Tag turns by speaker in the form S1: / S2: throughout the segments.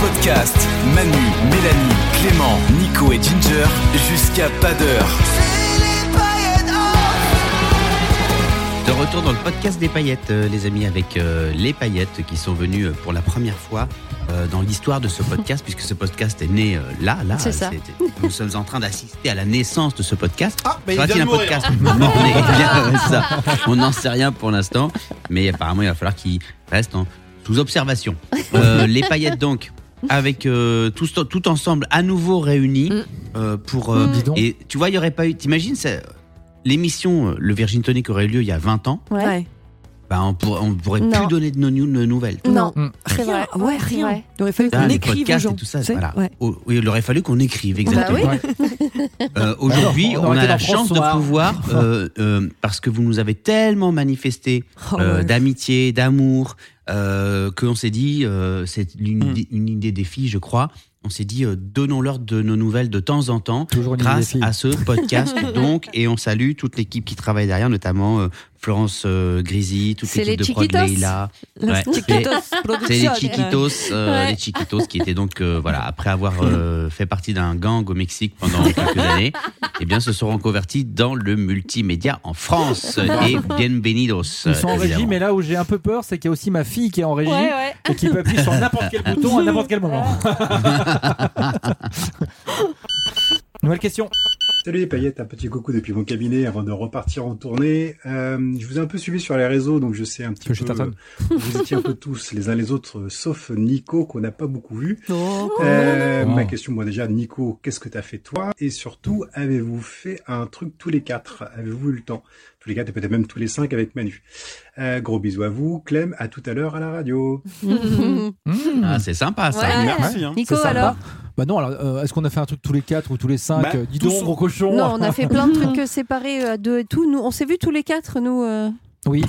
S1: podcast. Manu, Mélanie, Clément, Nico et Ginger, jusqu'à pas d'heure.
S2: De retour dans le podcast des paillettes, euh, les amis, avec euh, les paillettes qui sont venues euh, pour la première fois euh, dans l'histoire de ce podcast, puisque ce podcast est né euh, là, là.
S3: C'est ça.
S2: Nous sommes en train d'assister à la naissance de ce podcast.
S4: Ah, mais il
S2: Sera-t-il
S4: vient de
S2: un
S4: mourir.
S2: podcast morné Eh bien, euh, ça, On n'en sait rien pour l'instant, mais apparemment, il va falloir qu'il reste en- sous observation. Euh, les paillettes, donc, avec euh, tous, tout ensemble à nouveau réunis
S3: Mm.
S2: euh, pour. euh,
S3: Mm. Dis
S2: Et tu vois, il n'y aurait pas eu. T'imagines, ça- l'émission euh, Le Virgin Tonic aurait eu lieu il y a 20 ans.
S3: Ouais.
S2: Bah, on pour- on pourrait
S5: Non.
S2: plus donner de nos nou- de nouvelles.
S5: Non,
S4: Mm.
S5: c'est vrai.
S3: Rien. Ouais, rien.
S5: Ouais.
S3: Il aurait fallu
S2: Ah,
S3: qu'on
S2: les
S3: écrive aux
S2: podcasts
S3: gens.
S2: et tout ça,
S3: C'est-
S2: voilà.
S3: ouais.
S2: Oh, oui, il aurait fallu qu'on écrive, exactement.
S5: Bah
S2: Euh, Aujourd'hui,
S4: On
S2: on,
S4: aurait
S2: a
S4: été
S2: la
S4: dans
S2: chance de
S4: François.
S2: pouvoir, euh, euh, parce que vous nous avez tellement manifesté
S3: Oh,
S2: euh,
S3: ouais.
S2: d'amitié, d'amour, euh, qu'on s'est dit, euh, c'est une,
S4: Mm.
S2: idée- une idée des filles, je crois, on s'est dit, euh, donnons-leur de nos nouvelles de temps en temps,
S4: Toujours une idée des
S2: grâce
S4: filles.
S2: à ce podcast, donc, et on salue toute l'équipe qui travaille derrière, notamment euh, Florence euh, Grisi, toute
S5: C'est
S2: l'équipe
S5: les
S2: de prod
S5: Chiquitos.
S2: Leila. Ouais. C'est les Chiquitos, euh, les Chiquitos qui étaient donc, euh, voilà, après avoir euh, fait partie d'un gang au Mexique pendant quelques années, eh bien, se seront convertis dans le multimédia en France. Et bienvenidos.
S4: Ils sont en
S2: évidemment.
S4: régie, mais là où j'ai un peu peur, c'est qu'il y a aussi ma fille qui est en régie
S5: ouais.
S4: et qui peut appuyer sur n'importe quel bouton à n'importe quel moment. Nouvelle question.
S6: Salut les paillettes, un petit coucou depuis mon cabinet avant de repartir en tournée. Euh, je vous ai un peu suivi sur les réseaux, donc je sais un petit
S4: Que je
S6: peu.
S4: tâtonne.
S6: euh, Vous étiez un peu tous les uns les autres, euh, sauf Nico qu'on n'a pas beaucoup vu.
S3: Non.
S6: Euh,
S4: Oh.
S6: Ma question, moi déjà, Nico, qu'est-ce que t'as fait toi Et surtout, avez-vous fait un truc tous les quatre Avez-vous eu le temps Tous les quatre et peut-être même tous les cinq avec Manu. Euh, gros bisous à vous, Clem, à tout à l'heure à la radio.
S4: Mmh.
S2: Ah, c'est sympa ça.
S5: Ouais.
S6: Merci. hein.
S5: Nico,
S4: C'est sympa.
S5: alors
S4: Bah non, alors euh, est-ce qu'on a fait un truc tous les quatre ou tous les cinq Euh,
S6: Bah,
S4: Dis
S6: tous
S4: donc, gros cochon.
S5: Non, on a fait plein de trucs euh, séparés euh, à deux et tout. Nous, on s'est vus tous les quatre, nous, euh,
S4: Oui.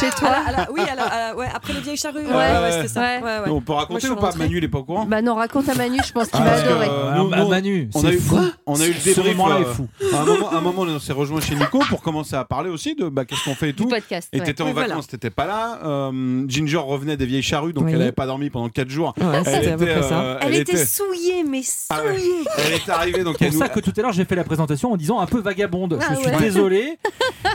S5: chez
S7: À
S5: toi.
S7: la- à la- oui, à la- à la- ouais, après les vieilles charrues.
S5: Ouais,
S7: ouais,
S8: ouais.
S7: c'était euh, ça.
S5: Ouais.
S7: Ouais, ouais.
S8: Non, on peut
S7: Moi, je
S8: raconter
S7: suis
S8: ou pas
S7: rentrée.
S8: Manu, il est pas au courant
S5: Bah non, raconte à Manu, je pense qu'il
S8: Ah,
S5: va
S8: parce que,
S5: adorer.
S8: euh,
S4: Ah,
S8: nous,
S4: bah,
S8: nous,
S4: Manu,
S8: on
S4: c'est
S8: a eu-
S4: fou.
S8: On a eu le
S4: Ce
S8: débrief.
S4: moment-là
S8: euh,
S4: est fou.
S8: À un moment, à un moment, on s'est rejoint chez Nico pour commencer à parler aussi de bah, qu'est-ce qu'on fait et
S5: Du
S8: tout.
S5: podcast.
S8: Et
S5: ouais.
S8: t'étais en
S7: Oui,
S8: vacances,
S7: voilà.
S8: t'étais pas là. Euh, Ginger revenait des vieilles charrues, donc
S3: Oui.
S8: elle avait pas dormi pendant 4 jours.
S7: Ah,
S3: Ouais,
S8: Elle
S3: c'était à peu près ça.
S8: euh,
S7: Elle,
S8: elle
S7: était,
S8: était-
S7: souillée, mais souillée.
S8: Ah ouais. elle est arrivée, donc
S4: C'est
S8: elle
S4: pour
S8: nous.
S4: ça que tout à l'heure j'ai fait la présentation en disant un peu vagabonde.
S5: Ah
S4: je suis
S5: ouais. Ah
S4: désolé.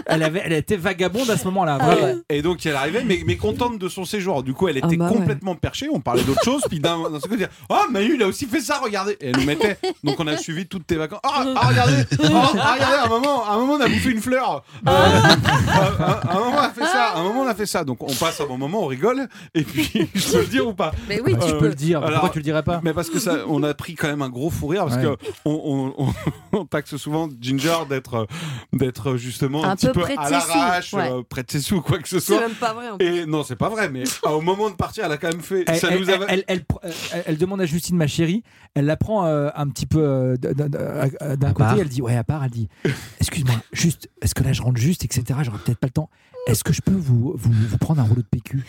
S4: Elle avait, elle était vagabonde à ce moment-là.
S8: Et-
S4: vraiment.
S8: Et donc elle arrivait, mais, mais contente de son séjour. Du coup, elle était
S3: Ah bah ouais.
S8: complètement perchée. On parlait d'autre chose, puis d'un d'un seul coup, elle disait Oh, Manu, il a aussi fait ça, regardez. Et elle nous mettait. Donc on a suivi toutes tes vacances. Ah, ah, regardez Ah, ah, regardez, à un moment, à un moment, on a bouffé une fleur. Euh, à, à un moment, on a fait ça. À un moment, on a fait ça. Donc on passe un bon moment, on rigole. Et puis, je peux le dire ou pas
S5: Mais oui,
S4: Bah, tu
S8: Euh,
S4: peux le dire.
S8: alors-
S4: Pourquoi tu le dirais pas
S8: mais parce que ça, on a pris quand même un gros fou rire parce
S4: Ouais.
S8: que on, on- on- on taxe souvent Ginger d'être d'être justement un,
S5: Un
S8: petit
S5: peu
S8: peu,
S5: près de
S8: à
S5: ses
S8: l'arrache,
S5: sous, ouais.
S8: euh, près de ses sous, quoi que ce
S7: C'est
S8: soit.
S7: même pas vrai. en plus.
S8: Et non, c'est pas vrai, mais ah, au moment de partir, elle a quand même fait.
S4: Elle,
S8: ça
S4: elle-
S8: nous avait-
S4: elle- elle- elle- elle- elle demande à Justine, ma chérie, elle la prend euh, un petit peu euh, d- d- d- à- à- d'un
S2: À
S4: côté,
S2: part.
S4: elle dit, ouais, à part, elle dit, excuse-moi, juste, est-ce que là je rentre juste, etc., j'aurai peut-être pas le temps, est-ce que je peux vous, vous, vous prendre un rouleau de PQ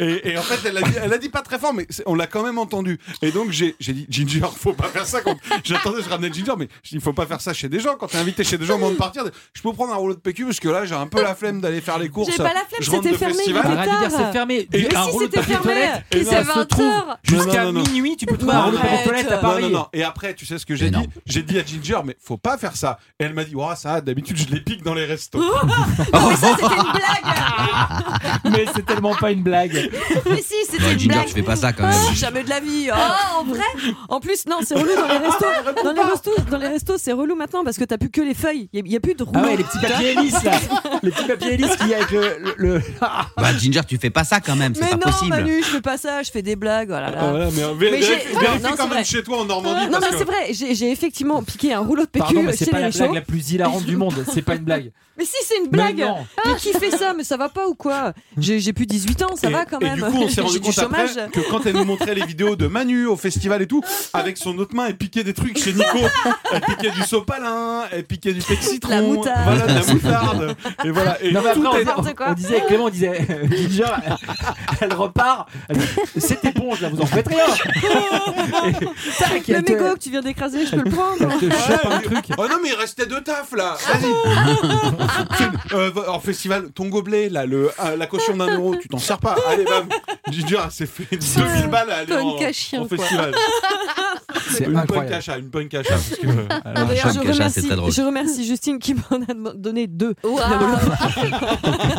S8: Et, et en fait, elle a, dit, elle a dit pas très fort, mais c'est- on l'a quand même entendu. Et donc, j'ai j'ai dit Ginger, faut pas faire ça. quand- J'attendais, je ramenais Ginger, mais je dis, faut pas faire ça chez des gens. Quand t'es invité chez des gens, au moment de partir, je peux prendre un rouleau de PQ parce que là, j'ai un peu la flemme d'aller faire les courses.
S7: J'ai pas la flemme,
S8: je rentre
S7: c'était
S8: de
S7: fermé. il
S8: festival.
S7: était
S4: Arrête de dire,
S7: tard.
S4: c'est fermé,
S8: Ah, Et-
S4: un
S7: Mais si,
S4: rouleau de
S7: c'était
S4: papier
S7: fermé.
S4: toilette,
S8: Et
S7: Il
S8: non,
S7: s'est
S4: ça se
S7: 20
S4: trouve
S7: heures.
S4: jusqu'à
S8: Non, non, non, non.
S4: minuit, tu peux trouver un rouleau de papier
S7: Arrête.
S4: toilette à
S8: Non,
S4: Paris.
S8: non, non. Et après, tu sais ce que j'ai
S2: Mais
S8: dit
S2: non.
S8: J'ai dit à Ginger, mais faut pas faire ça. Et elle m'a dit, ouais, ça, d'habitude, je les pique dans les restos.
S7: Mais ça, c'était une blague.
S4: Mais c'est tellement pas une blague.
S7: Mais si, c'était
S2: Ouais,
S7: une
S2: Ginger,
S7: blague.
S2: tu fais pas ça quand même.
S7: Jamais de la vie.
S5: oh.
S7: Ah, en vrai En plus, non, c'est relou dans les restos. dans, les restos dans les restos, c'est relou maintenant parce que t'as plus que les feuilles. Il n'y a, plus de rouleau.
S4: Ah ouais, les petits papiers hélices là, les petits papiers hélices qu'il y a avec le. le- le-
S2: Bah, Ginger, tu fais pas ça quand même, c'est
S7: mais
S2: pas
S7: non,
S2: possible.
S7: Manu, je fais pas ça, je fais des blagues. Voilà.
S8: Ah, voilà, mais vér-
S7: Mais j'ai-
S8: vérifie,
S7: non,
S8: vérifie
S7: non, c'est
S8: quand
S7: vrai.
S8: même chez toi en Normandie.
S7: Non,
S8: parce
S7: mais
S8: que-
S7: c'est vrai, j'ai j'ai effectivement piqué un rouleau de PQ
S4: Pardon, mais c'est
S7: chez
S4: pas
S7: les
S4: la
S7: riches.
S4: blague la plus hilarante du monde, c'est pas une blague.
S7: Mais si, c'est une
S4: Mais
S7: blague
S4: non.
S7: Mais qui fait ça Mais ça va pas ou quoi J'ai j'ai plus 18 ans, ça
S8: et,
S7: va quand
S8: et
S7: même.
S8: du coup, on s'est
S7: J'ai
S8: rendu
S7: du
S8: compte après
S7: chômage.
S8: que quand elle nous montrait les vidéos de Manu au festival et tout, avec son autre main, elle piquait des trucs chez Nico. Elle piquait du sopalin, elle piquait du pexitron.
S7: La moutarde.
S8: Voilà, de la moutarde. merde. Et voilà. Et
S4: Non, mais après,
S8: tout
S4: on,
S8: est-
S4: disait- on disait, Clément, on disait, euh, Ginger, elle repart. Elle dit, Cette éponge, là, vous en faites rien. Et, tac,
S7: Oh, Le
S4: elle te-
S7: mégot que tu viens d'écraser, je peux le prendre.
S4: elle te chope un truc.
S8: Oh non, mais il restait deux tafs là.
S7: Ah
S8: Vas-y. Euh, va- en festival, ton gobelet là, le, euh, la caution d'un euro, tu t'en sers pas. Allez, bam. Ginger, elle s'est fait 2000 balles à aller en,
S5: Punk à chien,
S8: en
S5: quoi.
S8: festival.
S9: C'est
S8: Une punk à
S9: incroyable.
S8: chat, une punk à chat. Parce que, euh,
S4: Ah,
S7: Non,
S2: Alors,
S7: D'ailleurs, je
S2: chaque chat, c'est
S7: remercie,
S2: très drôle.
S7: je remercie Justine qui m'en a dem- donné deux.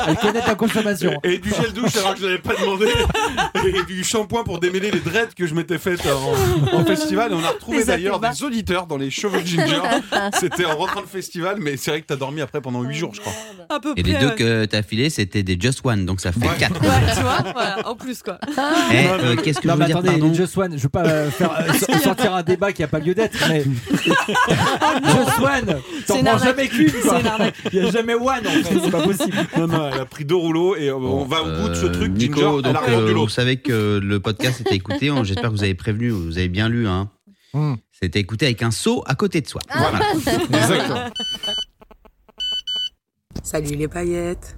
S9: Elle connaît ta consommation.
S8: Et du gel douche alors que je l'avais pas demandé. Et du shampoing pour démêler les dreads que je m'étais faites en, en festival. Et on a retrouvé
S7: Les
S8: d'ailleurs
S7: Akebas.
S8: des auditeurs dans les cheveux de Ginger. C'était en rentrant de festival, mais c'est vrai que t'as dormi après pendant 8 jours, je crois.
S7: À peu
S2: Et
S7: près.
S2: les deux
S7: ouais.
S2: que t'as filés, c'était des Just One, donc ça fait
S8: Ouais.
S2: 4.
S7: Ouais, tu vois, voilà, en plus quoi.
S2: Qu'est-ce que
S4: Non,
S2: je
S4: mais
S2: veux dire,
S4: attendez,
S2: pardon
S4: Just One, je veux pas euh, faire euh, so- sortir un débat qui a pas lieu d'être, mais. Just One,
S7: C'est
S4: t'en
S7: une
S4: prends
S7: arnaque.
S4: jamais qu'une,
S7: C'est
S4: quoi.
S7: une arnaque.
S4: Il y a jamais One, en fait, c'est pas possible.
S8: Non, non, elle a pris deux rouleaux et euh, on va au bout de ce
S2: Euh,
S8: truc.
S2: Nico,
S8: Ginger, elle
S2: donc,
S8: a rien
S2: euh,
S8: du
S2: vous
S8: l'autre.
S2: savez que le podcast était écouté. On- J'espère que vous avez prévenu, vous avez bien lu. Hein.
S9: Hmm.
S2: C'était écouté avec un seau à côté de soi.
S5: Ah.
S2: Voilà.
S8: Exactement.
S10: Salut les paillettes.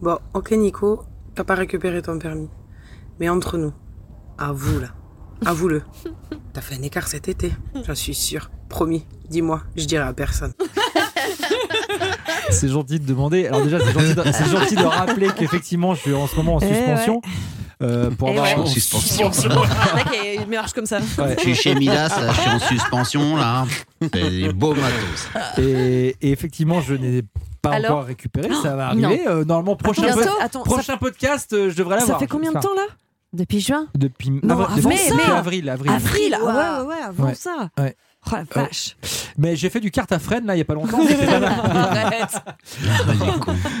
S10: Bon, ok Nico, t'as pas récupéré ton permis. Mais entre nous, avoue là, avoue-le. T'as fait un écart cet été, j'en suis sûre. Promis, dis-moi, je dirai à personne.
S4: C'est gentil de demander. Alors, déjà, c'est gentil, de- c'est gentil de rappeler qu'effectivement, je suis en ce moment en
S7: Eh ouais.
S4: suspension. euh, pour
S7: Eh
S4: avoir
S7: ouais.
S2: En suspension.
S7: Le mec, il il marche comme ça.
S4: Ouais.
S2: Je suis chez Midas, là, je suis en suspension. Là. C'est les beaux matos.
S4: Et, et effectivement, je n'ai pas
S5: Alors
S4: encore récupéré. Ça va
S5: Non.
S4: arriver. Euh, normalement, prochain,
S5: Bientôt.
S4: pod-
S7: attends, ça-
S4: prochain podcast, euh, je devrais
S7: ça,
S4: l'avoir.
S7: fait combien de
S4: Enfin,
S7: temps là
S5: Depuis juin
S4: Depuis
S7: Non,
S4: avant-
S7: avant
S4: depuis-
S5: ça.
S4: depuis avril, avril.
S7: Avril, ah
S5: Waouh.
S7: ouais, ouais, ouais, avant
S4: Ouais.
S7: ça.
S4: Ouais. Euh,
S7: Oh la vache.
S4: Mais j'ai fait du carte à Fresnes là il y a pas longtemps. C'était pas mal.
S7: Arrête.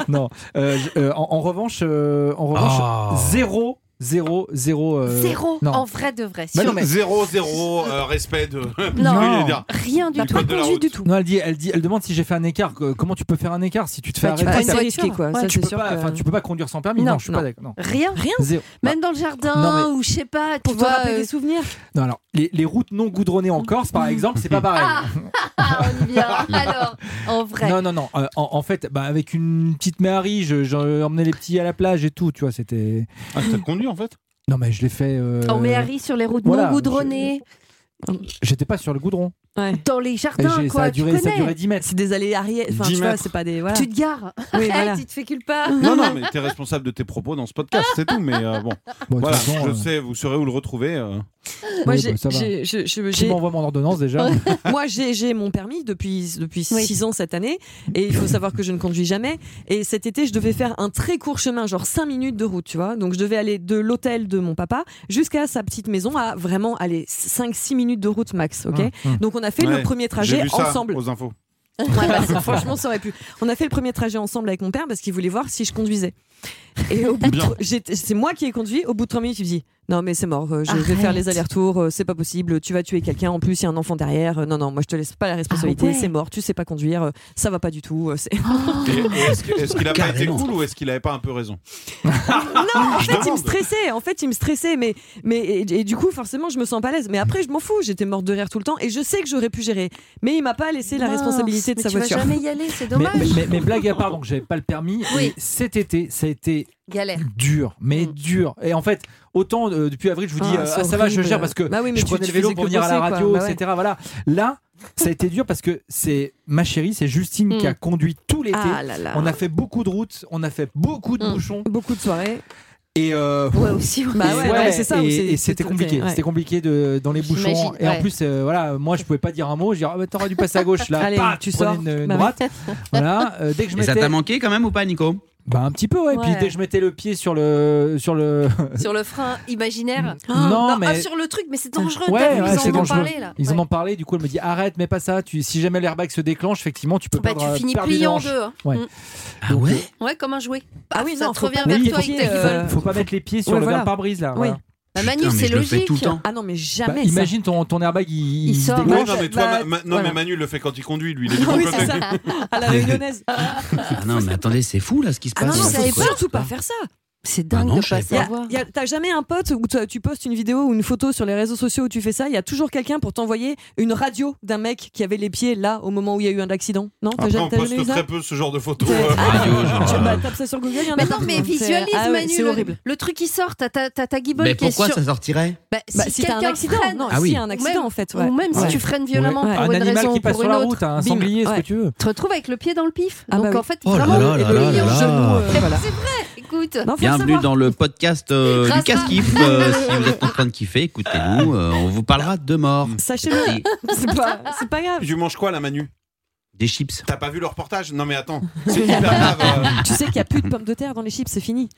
S4: non. Euh, je- euh, en, en revanche, euh, en revanche,
S2: Oh.
S4: zéro, zéro, zéro. euh,
S5: Zéro
S4: Non.
S5: en vrai de vrai.
S4: Bah
S5: sur-
S4: non, mais-
S8: Zéro, zéro, euh, respect de.
S5: Non.
S8: Oui, il est bien.
S5: Rien du
S8: T'as
S5: tout.
S8: pas de la route.
S5: du tout.
S4: Non, elle dit, elle dit, elle demande si j'ai fait un écart. Que- Comment tu peux faire un écart si tu te fais
S7: Bah, tu
S4: arrêter
S7: passes
S4: t'as-
S7: c'est risqué, quoi. Ça,
S4: tu
S7: c'est
S4: peux
S7: sûr
S4: pas,
S7: que-
S4: enfin, tu peux pas conduire sans permis. Non,
S7: Non,
S4: je suis
S7: non.
S4: pas d'accord. Non.
S5: Rien.
S7: Rien
S4: Zéro. Bah,
S5: Même dans le jardin
S4: Non,
S5: ou je sais pas. Tu
S7: pour te
S5: vois,
S7: rappeler
S5: euh,
S7: des souvenirs.
S4: Non, alors les, les routes non goudronnées en Corse, par exemple, c'est pas pareil.
S5: Ah, on y vient. Alors, en vrai.
S4: Non, non, non. Euh, en, en fait, bah, avec une petite Marie, je- j'emmenais les petits à la plage et tout. Tu vois, c'était.
S8: Ah, t'as conduit en fait
S4: Non, mais je l'ai fait. euh,
S5: En méhari sur les routes
S4: voilà,
S5: non goudronnées,
S4: J'étais pas sur le goudron.
S7: Ouais.
S5: dans les
S4: Et
S5: jardins,
S4: j'ai- ça,
S5: quoi.
S4: a duré,
S5: tu
S4: ça a
S5: connais.
S4: duré 10 mètres.
S7: C'est des allées arrière. Enfin,
S8: 10
S7: tu vois,
S8: mètres.
S7: c'est pas des. Voilà.
S5: Tu te gares.
S7: Oui, voilà.
S5: Eh, tu te fais culpa.
S8: Non, non, mais t'es responsable de tes propos dans ce podcast, c'est tout. Mais euh, bon,
S4: Bon, de
S8: voilà,
S4: toute façon,
S8: je
S4: euh,
S8: sais, vous saurez où le retrouver. euh.
S7: Moi,
S4: oui,
S7: j'ai-
S4: bah, ça va.
S7: j'ai- je- je-
S4: Tu
S7: j'ai-
S4: m'envoies mon ordonnance déjà.
S7: moi, j'ai j'ai mon permis depuis depuis
S5: Oui.
S7: 6 ans cette année, et il faut savoir que je ne conduis jamais. Et cet été, je devais faire un très court chemin, genre 5 minutes de route, tu vois. Donc, je devais aller de l'hôtel de mon papa jusqu'à sa petite maison à vraiment aller 5-6 minutes de route max, ok.
S4: Hum, hum.
S7: Donc, on a fait
S8: Ouais,
S7: le premier
S8: J'ai
S7: trajet
S8: vu ça
S7: ensemble.
S8: aux infos.
S7: Ouais, bah, c'est- franchement, ça aurait pu. On a fait le premier trajet ensemble avec mon père parce qu'il voulait voir si je conduisais. Et au bout de
S8: Bien.
S7: tro- j'étais- c'est moi qui ai conduit. Au bout de 3 minutes, il me dit Non, mais c'est mort, euh, je vais faire les allers-retours, euh, c'est pas possible, tu vas tuer quelqu'un, en plus, il y a un enfant derrière. euh, Non, non, moi, je te laisse pas la responsabilité,
S4: Ah
S5: ouais.
S7: c'est mort, tu sais pas conduire, euh, ça va pas du tout. euh, c'est-
S8: Et- et Est-ce que- est-ce qu'il a pas été
S2: Carrément.
S8: cool ou est-ce qu'il avait pas un peu raison
S7: non, en
S8: Je
S7: fait, il me
S8: demande.
S7: stressait, en fait, il me stressait, mais, mais et, et du coup, forcément, je me sens pas à l'aise. Mais après, je m'en fous, j'étais morte de rire tout le temps et je sais que j'aurais pu gérer. Mais il m'a pas laissé la
S5: Mince,
S7: responsabilité de
S5: mais
S7: sa
S5: tu
S7: voiture.
S5: vas jamais y aller, c'est
S4: mais,
S5: dommage.
S4: mais, mais- mais blague à part, donc j'avais pas le permis.
S5: Oui.
S4: mais cet été, ça a été
S5: Galère.
S4: dur, mais
S5: Mm.
S4: dur. Et en fait, autant euh, depuis avril, je vous dis,
S7: Ah,
S4: euh,
S7: c'est
S4: ah, ça va, je
S7: horrible.
S4: gère parce que
S7: Bah oui, mais
S4: je
S7: tu-
S4: prenais
S7: tu
S4: le vélo
S7: faisais
S4: pour
S7: que
S4: venir à la
S7: bosser, quoi.
S4: radio,
S7: Bah ouais.
S4: etc. Voilà. Là, ça a été dur parce que c'est ma chérie, c'est Justine
S7: Mm.
S4: qui a conduit tout l'été.
S7: Ah là là.
S4: On a fait beaucoup de routes, on a fait beaucoup de
S5: Mm.
S4: bouchons
S7: beaucoup de soirées.
S4: et euh,
S5: Ouais, aussi. ouais.
S7: Bah ouais,
S4: Ouais,
S7: non, c'est ça,
S4: et,
S7: c'est-
S4: et
S7: c'est-
S4: c'était
S7: c'est-
S4: compliqué.
S7: ouais.
S4: C'était compliqué de, dans les bouchons.
S5: J'imagine,
S4: Et en
S5: ouais.
S4: plus, euh, voilà, moi, je pouvais pas dire un mot. Je dirais, ah, bah, t'aurais dû passer à gauche là.
S7: Allez,
S4: Paf,
S7: tu
S4: prenais
S7: sors.
S4: une, une
S7: Bah ouais.
S4: droite. voilà. Euh, dès que je
S2: Et ça
S4: mettais,
S2: t'a manqué quand même ou pas, Nico
S4: bah, un petit peu, ouais. Et puis
S5: Ouais.
S4: dès que je mettais le pied sur le, sur le,
S5: Sur le frein imaginaire.
S4: non, mais
S5: ah, sur le truc, mais c'est dangereux.
S4: Ouais,
S5: t'as vu,
S4: ouais,
S5: ils
S4: c'est
S5: en ont
S4: dangereux.
S5: parlé là.
S4: Ils en
S5: Ouais.
S4: ont parlé, du coup elle me dit arrête, mais pas ça. Tu, si jamais l'airbag se déclenche, effectivement, tu peux
S5: Bah,
S4: perdre, euh,
S5: tu finis
S4: perdre une
S5: plié en
S4: hanche.
S5: deux. hein.
S4: Ouais.
S5: Mm.
S2: Ah ouais
S5: Ouais, comme un jouet.
S7: Ah oui,
S5: ça
S7: non,
S5: te
S7: faut
S5: revient
S7: pas-
S5: vers
S4: Oui,
S5: toi
S4: faut-
S5: avec tes
S7: euh,
S5: gueules.
S4: Faut pas mettre les pieds sur
S7: Ouais,
S4: le
S7: voilà.
S4: verre pare-brise là.
S7: Oui.
S4: voilà.
S5: La manip,
S2: Putain, mais
S5: Bah, c'est
S2: je le fais
S5: logique.
S2: tout le temps.
S7: Ah non, mais
S4: Bah,
S7: jamais ça.
S4: imagine ton, ton airbag il,
S5: Il
S4: se
S5: sort.
S4: déclenche.
S8: Non,
S5: Moi,
S8: non,
S5: je-
S8: mais toi,
S7: bah,
S8: ma- ma- non,
S7: voilà.
S8: mais Manu le fait quand il conduit, lui. Il est du
S7: Ah
S8: bon
S7: oui,
S8: côté.
S7: c'est ça. À la réunionnaise.
S2: bah, Ah non, mais attendez, c'est fou là ce qui se
S7: Ah non,
S2: passe.
S7: non,
S5: mais
S7: mais
S5: c'est
S7: faut
S5: quoi
S7: surtout pas faire ça.
S5: C'est dingue
S2: Ah, non,
S5: de
S2: je
S5: pas
S2: savais pas.
S5: savoir.
S7: Y a- T'as jamais un pote où t'as- tu postes une vidéo ou une photo sur les réseaux sociaux où tu fais ça Il y a toujours quelqu'un pour t'envoyer une radio d'un mec qui avait les pieds là au moment où il y a eu un accident. Non T'as
S8: Après,
S7: jamais,
S8: on
S7: t'as jamais eu
S8: poste
S7: ça
S8: très peu ce genre de photos.
S7: Ouais.
S8: euh,
S2: radio, genre,
S7: Tu
S2: euh,
S7: bah, tapes ça sur Google, il y en a
S5: Mais non,
S7: partout.
S5: mais
S7: C'est-
S5: visualise,
S7: ah ouais,
S5: Manu,
S7: C'est
S5: le-
S7: horrible.
S5: Le truc qui sort, t'as ta, ta, ta guibole
S2: Mais
S5: qui est
S2: pourquoi
S5: sur.
S2: ça sortirait
S5: Bah,
S7: Bah,
S5: si
S7: si t'as un
S5: quelqu'un
S7: accident,
S5: freine,
S7: non,
S2: Ah oui.
S7: si y a un accident
S5: Même-
S7: en fait. ouais.
S5: ou même si
S4: Ouais.
S5: tu freines violemment
S7: Ouais.
S5: pour
S4: Un
S5: une
S4: animal
S5: raison
S4: qui
S5: ou
S4: passe
S5: pour
S4: sur
S5: une
S4: la
S5: autre,
S4: route, hein, un
S7: Bim.
S4: sanglier, ce
S7: Ouais.
S4: que tu veux.
S5: tu te retrouves avec le pied dans le pif.
S7: Ah
S5: Donc
S7: bah
S5: en fait,
S2: Oh là
S5: vraiment,
S2: là
S5: le
S2: là là
S5: milieu
S2: là.
S5: au genou. euh,
S7: Voilà.
S5: C'est vrai, écoute.
S7: Non, faut le
S2: Bienvenue
S7: savoir.
S2: dans le podcast euh,
S5: Grâce
S2: du casse
S5: à-
S2: kiff. Euh, si vous êtes en train de kiffer, écoutez-nous. euh, on vous parlera de mort.
S8: Mm.
S7: Sachez-le, c'est pas, c'est pas grave.
S8: Tu manges quoi, la Manu
S2: Des chips.
S8: T'as pas vu le reportage Non, mais attends, c'est hyper grave. euh,
S7: Tu sais qu'il n'y a plus de pommes de terre dans les chips, c'est fini.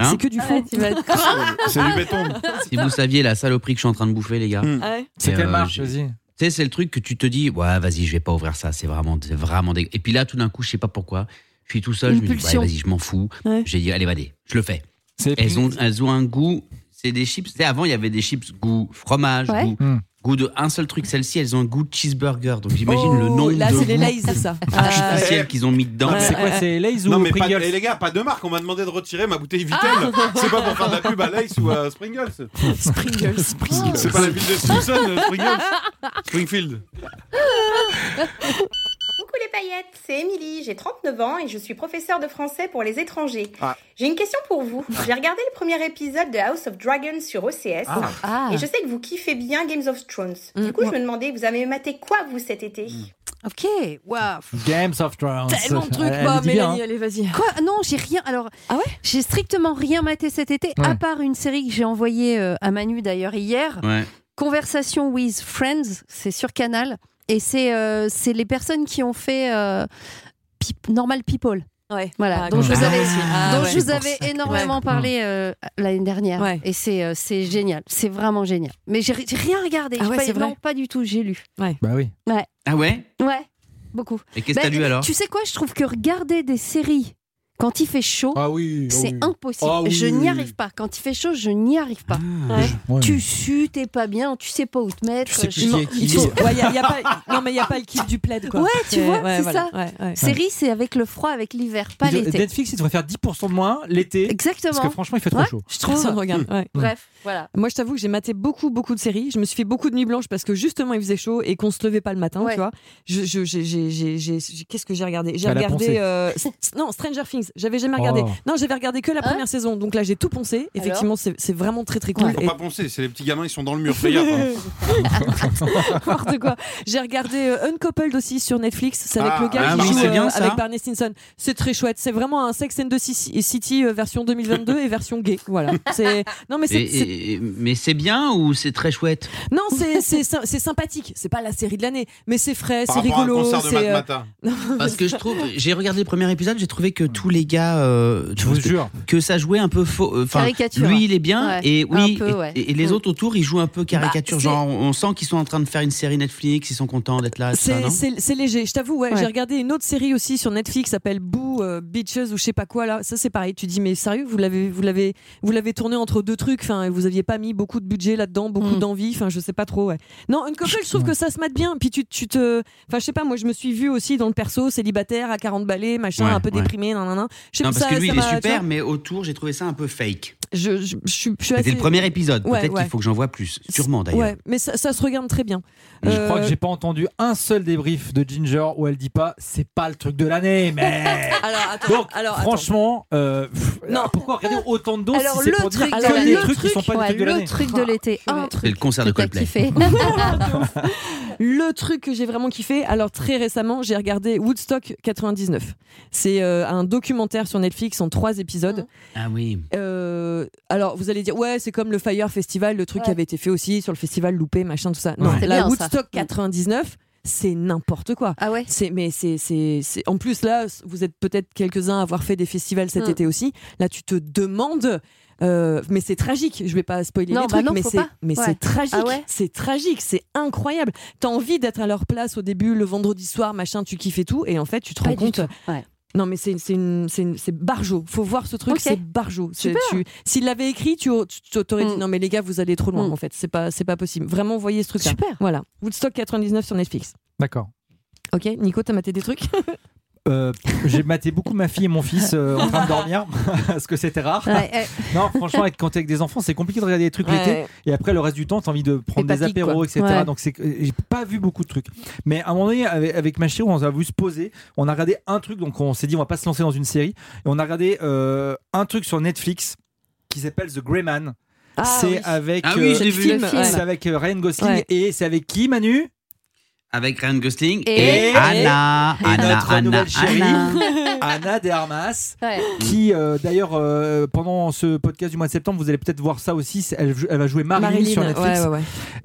S2: Hein
S7: c'est que
S5: Ah
S7: du faux.
S8: c'est- c'est du béton.
S2: Si vous saviez la saloperie que je suis en train de bouffer, les gars.
S8: Mm.
S5: Ah
S7: Ouais.
S4: C'est
S2: Et,
S4: quelle
S2: euh,
S4: marche,
S2: j'ai-
S4: vas-y.
S2: Tu sais, c'est le truc que tu te dis, ouais, vas-y, je vais pas ouvrir ça, c'est vraiment, c'est vraiment dégueu. Et puis là, tout d'un coup, je sais pas pourquoi, je suis tout seul,
S5: Une
S2: je me dis, ouais,
S5: pulsion.
S2: vas-y, je m'en fous.
S7: Ouais. Mm.
S2: J'ai dit, allez, vas-y, je le fais.
S4: C'est
S2: Elles ont, elles ont un goût, c'est des chips. Tu sais, avant, il y avait des chips goût fromage,
S5: Ouais.
S2: goût,
S4: Mm.
S2: goût de un seul truc. Celles-ci, elles ont un goût cheeseburger. Donc j'imagine le
S7: Oh,
S2: nombre
S7: Là,
S2: de
S7: c'est les
S2: goûts
S7: Lays, ça. Ah, ouais.
S2: artificiels qu'ils ont mis dedans.
S7: Ouais.
S4: C'est quoi, c'est Lays
S8: Non,
S4: ou
S8: mais pas, et
S4: Pringles
S8: les gars, pas de marque. On m'a demandé de retirer ma bouteille Vittel. C'est pas pour faire de la pub à Lace ou à Springles.
S7: Pringles. Oh,
S8: C'est pas la ville de Simpson, euh, Springles. Springfield.
S11: Coucou les paillettes, c'est Émilie, j'ai 39 ans et je suis professeure de français pour les étrangers.
S8: Ah.
S11: J'ai une question pour vous. J'ai regardé le premier épisode de House of Dragons sur OCS
S5: Ah,
S11: et je sais que vous kiffez bien Games of Thrones.
S7: Mm,
S11: Du coup,
S7: ouais.
S11: je me demandais, vous avez maté quoi vous cet été
S12: Mm.
S5: ok. Waouh.
S4: Games of Thrones.
S7: Tellement de trucs,
S4: Elle- elle
S7: bah,
S4: le dit bien, hein.
S7: Mélanie, allez, vas-y.
S5: Quoi Non, j'ai rien. Alors,
S7: Ah ouais
S5: j'ai strictement rien maté cet été,
S4: Ouais.
S5: à part une série que j'ai envoyée euh, à Manu d'ailleurs hier.
S2: Ouais.
S5: Conversation with Friends, c'est sur Canal. Et c'est euh, c'est les personnes qui ont fait euh, Peop- Normal People,
S7: Ouais.
S5: Voilà,
S7: Ah,
S5: donc je
S7: comme
S5: vous
S7: ça.
S5: avais-
S7: Ah,
S5: dont
S7: ouais.
S5: je vous avais énormément
S7: Ouais.
S5: parlé euh, l'année dernière.
S7: Ouais.
S5: Et c'est euh, c'est génial, c'est vraiment génial. Mais j'ai j'ai rien regardé,
S7: Ah
S5: J'ai
S7: ouais,
S5: pas-
S7: c'est vrai.
S5: non, pas du tout, j'ai lu.
S4: Bah oui.
S2: Ah ouais
S5: Ouais, beaucoup.
S2: Et qu'est-ce que
S5: Bah,
S2: t'as lu alors
S5: Tu sais quoi, je trouve que regarder des séries quand il fait chaud,
S8: Ah oui.
S5: c'est impossible.
S8: Ah oui.
S5: Je n'y arrive pas. Quand il fait chaud, je n'y arrive pas.
S7: Ouais.
S4: Ouais,
S5: Tu
S4: mais-
S5: sues, t'es pas bien, tu sais pas où te mettre.
S8: Tu sais
S5: Je-
S8: plus
S7: Il
S8: qui
S7: man-
S8: est qui.
S7: il faut- ouais, y a- y a pas- Non, mais il n'y a pas le kiff du plaid, quoi.
S5: Ouais, tu vois, c'est ça.
S7: voilà, ouais, ouais.
S5: Série, c'est avec le froid, avec l'hiver, pas
S4: Ils-
S5: l'été.
S4: Netflix, il devrait faire 10% de moins l'été. Parce que
S5: Exactement.
S4: franchement, il fait trop
S5: Ouais,
S4: chaud.
S5: je
S7: Personne
S5: trouve.
S7: regarde. ouais.
S5: Bref, voilà.
S7: Moi, je t'avoue que j'ai maté beaucoup, beaucoup de séries. Je me suis fait beaucoup de nuits blanches parce que justement, il faisait chaud et qu'on se levait pas le matin,
S5: Ouais.
S7: tu vois. Je, je- j'ai- j'ai- j'ai- j'ai- j'ai- Qu'est-ce que j'ai regardé J'ai
S4: Elle a
S7: regardé.
S4: poncé.
S7: euh, s- s- non, Stranger Things. J'avais jamais regardé.
S4: Oh.
S7: Non, j'avais regardé que la première saison. Donc là, j'ai tout poncé. Effectivement, c'est c'est vraiment très, très cool.
S5: Ouais.
S8: Faut
S7: Et-
S8: pas penser, c'est les petits gamins, ils sont dans le mur, fais gaffe, hein.
S7: N'importe quoi. J'ai regardé euh, Uncoupled aussi sur Netflix. C'est avec
S8: Ah,
S7: le gars
S8: ah
S7: qui
S8: oui,
S7: joue
S2: c'est
S7: euh,
S2: bien, ça.
S7: avec Barney Stinson. C'est très chouette. C'est vraiment un Sex and the Ci- City euh, version 2022 et version gay. Voilà. C'est non
S2: Et-
S7: mais c'est c'est-
S2: et- et- Mais c'est bien ou c'est très chouette
S7: non c'est c'est sy- c'est sympathique. C'est pas la série de l'année, mais c'est frais,
S8: Par
S7: c'est
S8: rapport
S7: rigolo.
S8: à un concert de
S7: c'est, euh,
S8: Matmata.
S2: Parce que je trouve, j'ai regardé le premier épisode, j'ai trouvé que tous les gars, euh,
S4: Je vous jure.
S2: que ça jouait un peu faux. euh, Enfin,
S5: Caricature.
S2: lui, il est bien,
S5: Ouais,
S2: et oui,
S5: un peu,
S2: et-
S5: ouais.
S2: et, et les
S5: Mm.
S2: autres autour, ils jouent un peu caricature.
S7: Bah, c'est-
S2: genre, on on sent qu'ils sont en train de faire une série Netflix, ils sont contents d'être là. et tout Ah, ça,
S7: C'est
S2: non
S7: c'est- c'est léger, je t'avoue. Ouais,
S5: Ouais.
S7: J'ai regardé une autre série aussi sur Netflix, s'appelle Boo euh, Bitches ou je sais pas quoi là. Ça c'est pareil. Tu dis mais sérieux, vous l'avez, vous l'avez, vous l'avez tourné entre deux trucs. Enfin, vous aviez pas mis beaucoup de budget là-dedans, beaucoup
S5: Mm.
S7: d'envie. Enfin, je sais pas trop. Ouais. Non, une couple, je trouve que ça se mate bien. Puis tu, tu te, enfin, je sais pas. Moi, je me suis vue aussi dans le perso célibataire à 40 balais, machin,
S2: Ouais,
S7: un peu
S2: ouais.
S7: déprimé, nan, nan, nan. Je sais
S2: Non,
S7: pas,
S2: parce
S7: ça-
S2: que lui,
S7: ça
S2: il
S7: m'a-
S2: est
S7: tu
S2: super,
S7: vois,
S2: mais autour, j'ai trouvé ça un peu fake.
S7: Je, je, je, suis- je suis
S2: C'était
S7: assez-
S2: le premier épisode.
S7: Ouais,
S2: Peut-être
S7: ouais.
S2: qu'il faut que j'en vois plus. Sûrement d'ailleurs.
S7: Ouais, mais ça, ça se regarde très bien.
S4: Je crois que
S7: Euh,
S4: j'ai pas entendu un seul débrief de Ginger où elle dit pas c'est pas le truc de l'année, mais.
S7: Alors, attends,
S4: Donc,
S7: alors, attends.
S4: franchement, euh, pff,
S7: Non.
S4: pourquoi regarder autant de doses
S5: Alors,
S4: si c'est
S5: le
S4: pour dire
S5: truc
S7: de
S4: que des
S7: l'année.
S4: trucs qui sont pas
S5: Ouais,
S4: des trucs de
S5: le
S4: l'année
S5: truc de l'été, un
S2: C'est
S5: truc.
S2: le concert
S5: que
S2: de
S5: t'as
S2: Coldplay.
S5: kiffé.
S7: Le truc que j'ai vraiment kiffé, alors très récemment, j'ai regardé Woodstock 99. C'est euh, un documentaire sur Netflix en trois épisodes.
S2: Ah oui.
S7: Euh, alors vous allez dire, ouais, c'est comme le Fire Festival, le truc qui
S5: Ouais.
S7: avait été fait aussi sur le festival loupé, machin, tout ça. Non,
S5: C'était
S7: la
S5: bien, ça. Mm.
S7: Woodstock 99, c'est n'importe quoi.
S5: Ah ouais
S7: C'est, mais c'est, c'est, c'est- En plus, là, vous êtes peut-être quelques-uns à avoir fait des festivals cet
S5: Mm.
S7: été aussi. Là, tu te demandes. euh, mais c'est tragique, je vais pas spoiler
S5: Non,
S7: les
S5: bah
S7: trucs,
S5: non,
S7: mais
S5: faut
S7: c'est
S5: pas.
S7: mais
S5: Ouais.
S7: c'est tragique,
S5: Ah ouais
S7: c'est tragique, c'est incroyable. T'as envie d'être à leur place au début, le vendredi soir, machin, tu kiffes et tout, et en fait tu te
S5: Pas du
S7: rends compte,
S5: tout. Ouais.
S7: non mais c'est c'est une- c'est une- c'est barjo, faut voir ce truc,
S5: Ok.
S7: c'est barjo. C'est-
S5: Super.
S7: tu- S'il l'avait écrit, tu tu- tu t'aurais dit
S5: Mm.
S7: non mais les gars vous allez trop loin
S5: Mm.
S7: en fait, c'est pas c'est pas possible. Vraiment voyez ce truc-là.
S5: Super.
S7: Voilà, Woodstock 99 sur Netflix.
S4: D'accord.
S7: Ok, Nico, t'as maté des trucs
S4: euh, j'ai maté beaucoup ma fille et mon fils euh, en train de dormir, parce que c'était rare.
S5: Ouais, ouais.
S4: Non, franchement, être, quand t'es avec des enfants, c'est compliqué de regarder des trucs
S7: Ouais.
S4: l'été. Et après, le reste du temps, t'as envie de prendre
S7: Des
S4: des
S7: papilles,
S4: apéros,
S7: quoi.
S4: etc.
S5: Ouais.
S4: Donc, c'est que- euh, j'ai pas vu beaucoup de trucs. Mais à un moment donné, avec, avec ma chérie, on a voulu se poser. On a regardé un truc, donc on s'est dit, on va pas se lancer dans une série. Et on a regardé euh, un truc sur Netflix qui s'appelle The Grey Man.
S7: Ah, oui.
S4: c'est avec.
S2: Ah oui,
S4: euh,
S2: je l'ai
S7: le
S2: vu.
S7: film,
S5: Le
S7: ouais.
S5: film.
S4: c'est avec euh, Ryan Gosling
S7: Ouais.
S4: et c'est avec qui Manu
S2: Avec Ryan Gosling et,
S5: Et-
S2: Anna.
S4: Et
S2: Anna,
S4: notre
S2: Anna,
S4: nouvelle chérie
S5: Anna.
S4: Anna de Armas
S5: Ouais.
S4: qui euh, d'ailleurs euh, pendant ce podcast du mois de septembre vous allez peut-être voir ça aussi c'est- elle, jou- elle va jouer Marilyn, sur
S7: Marilyn,
S4: Netflix
S7: ouais, ouais, ouais.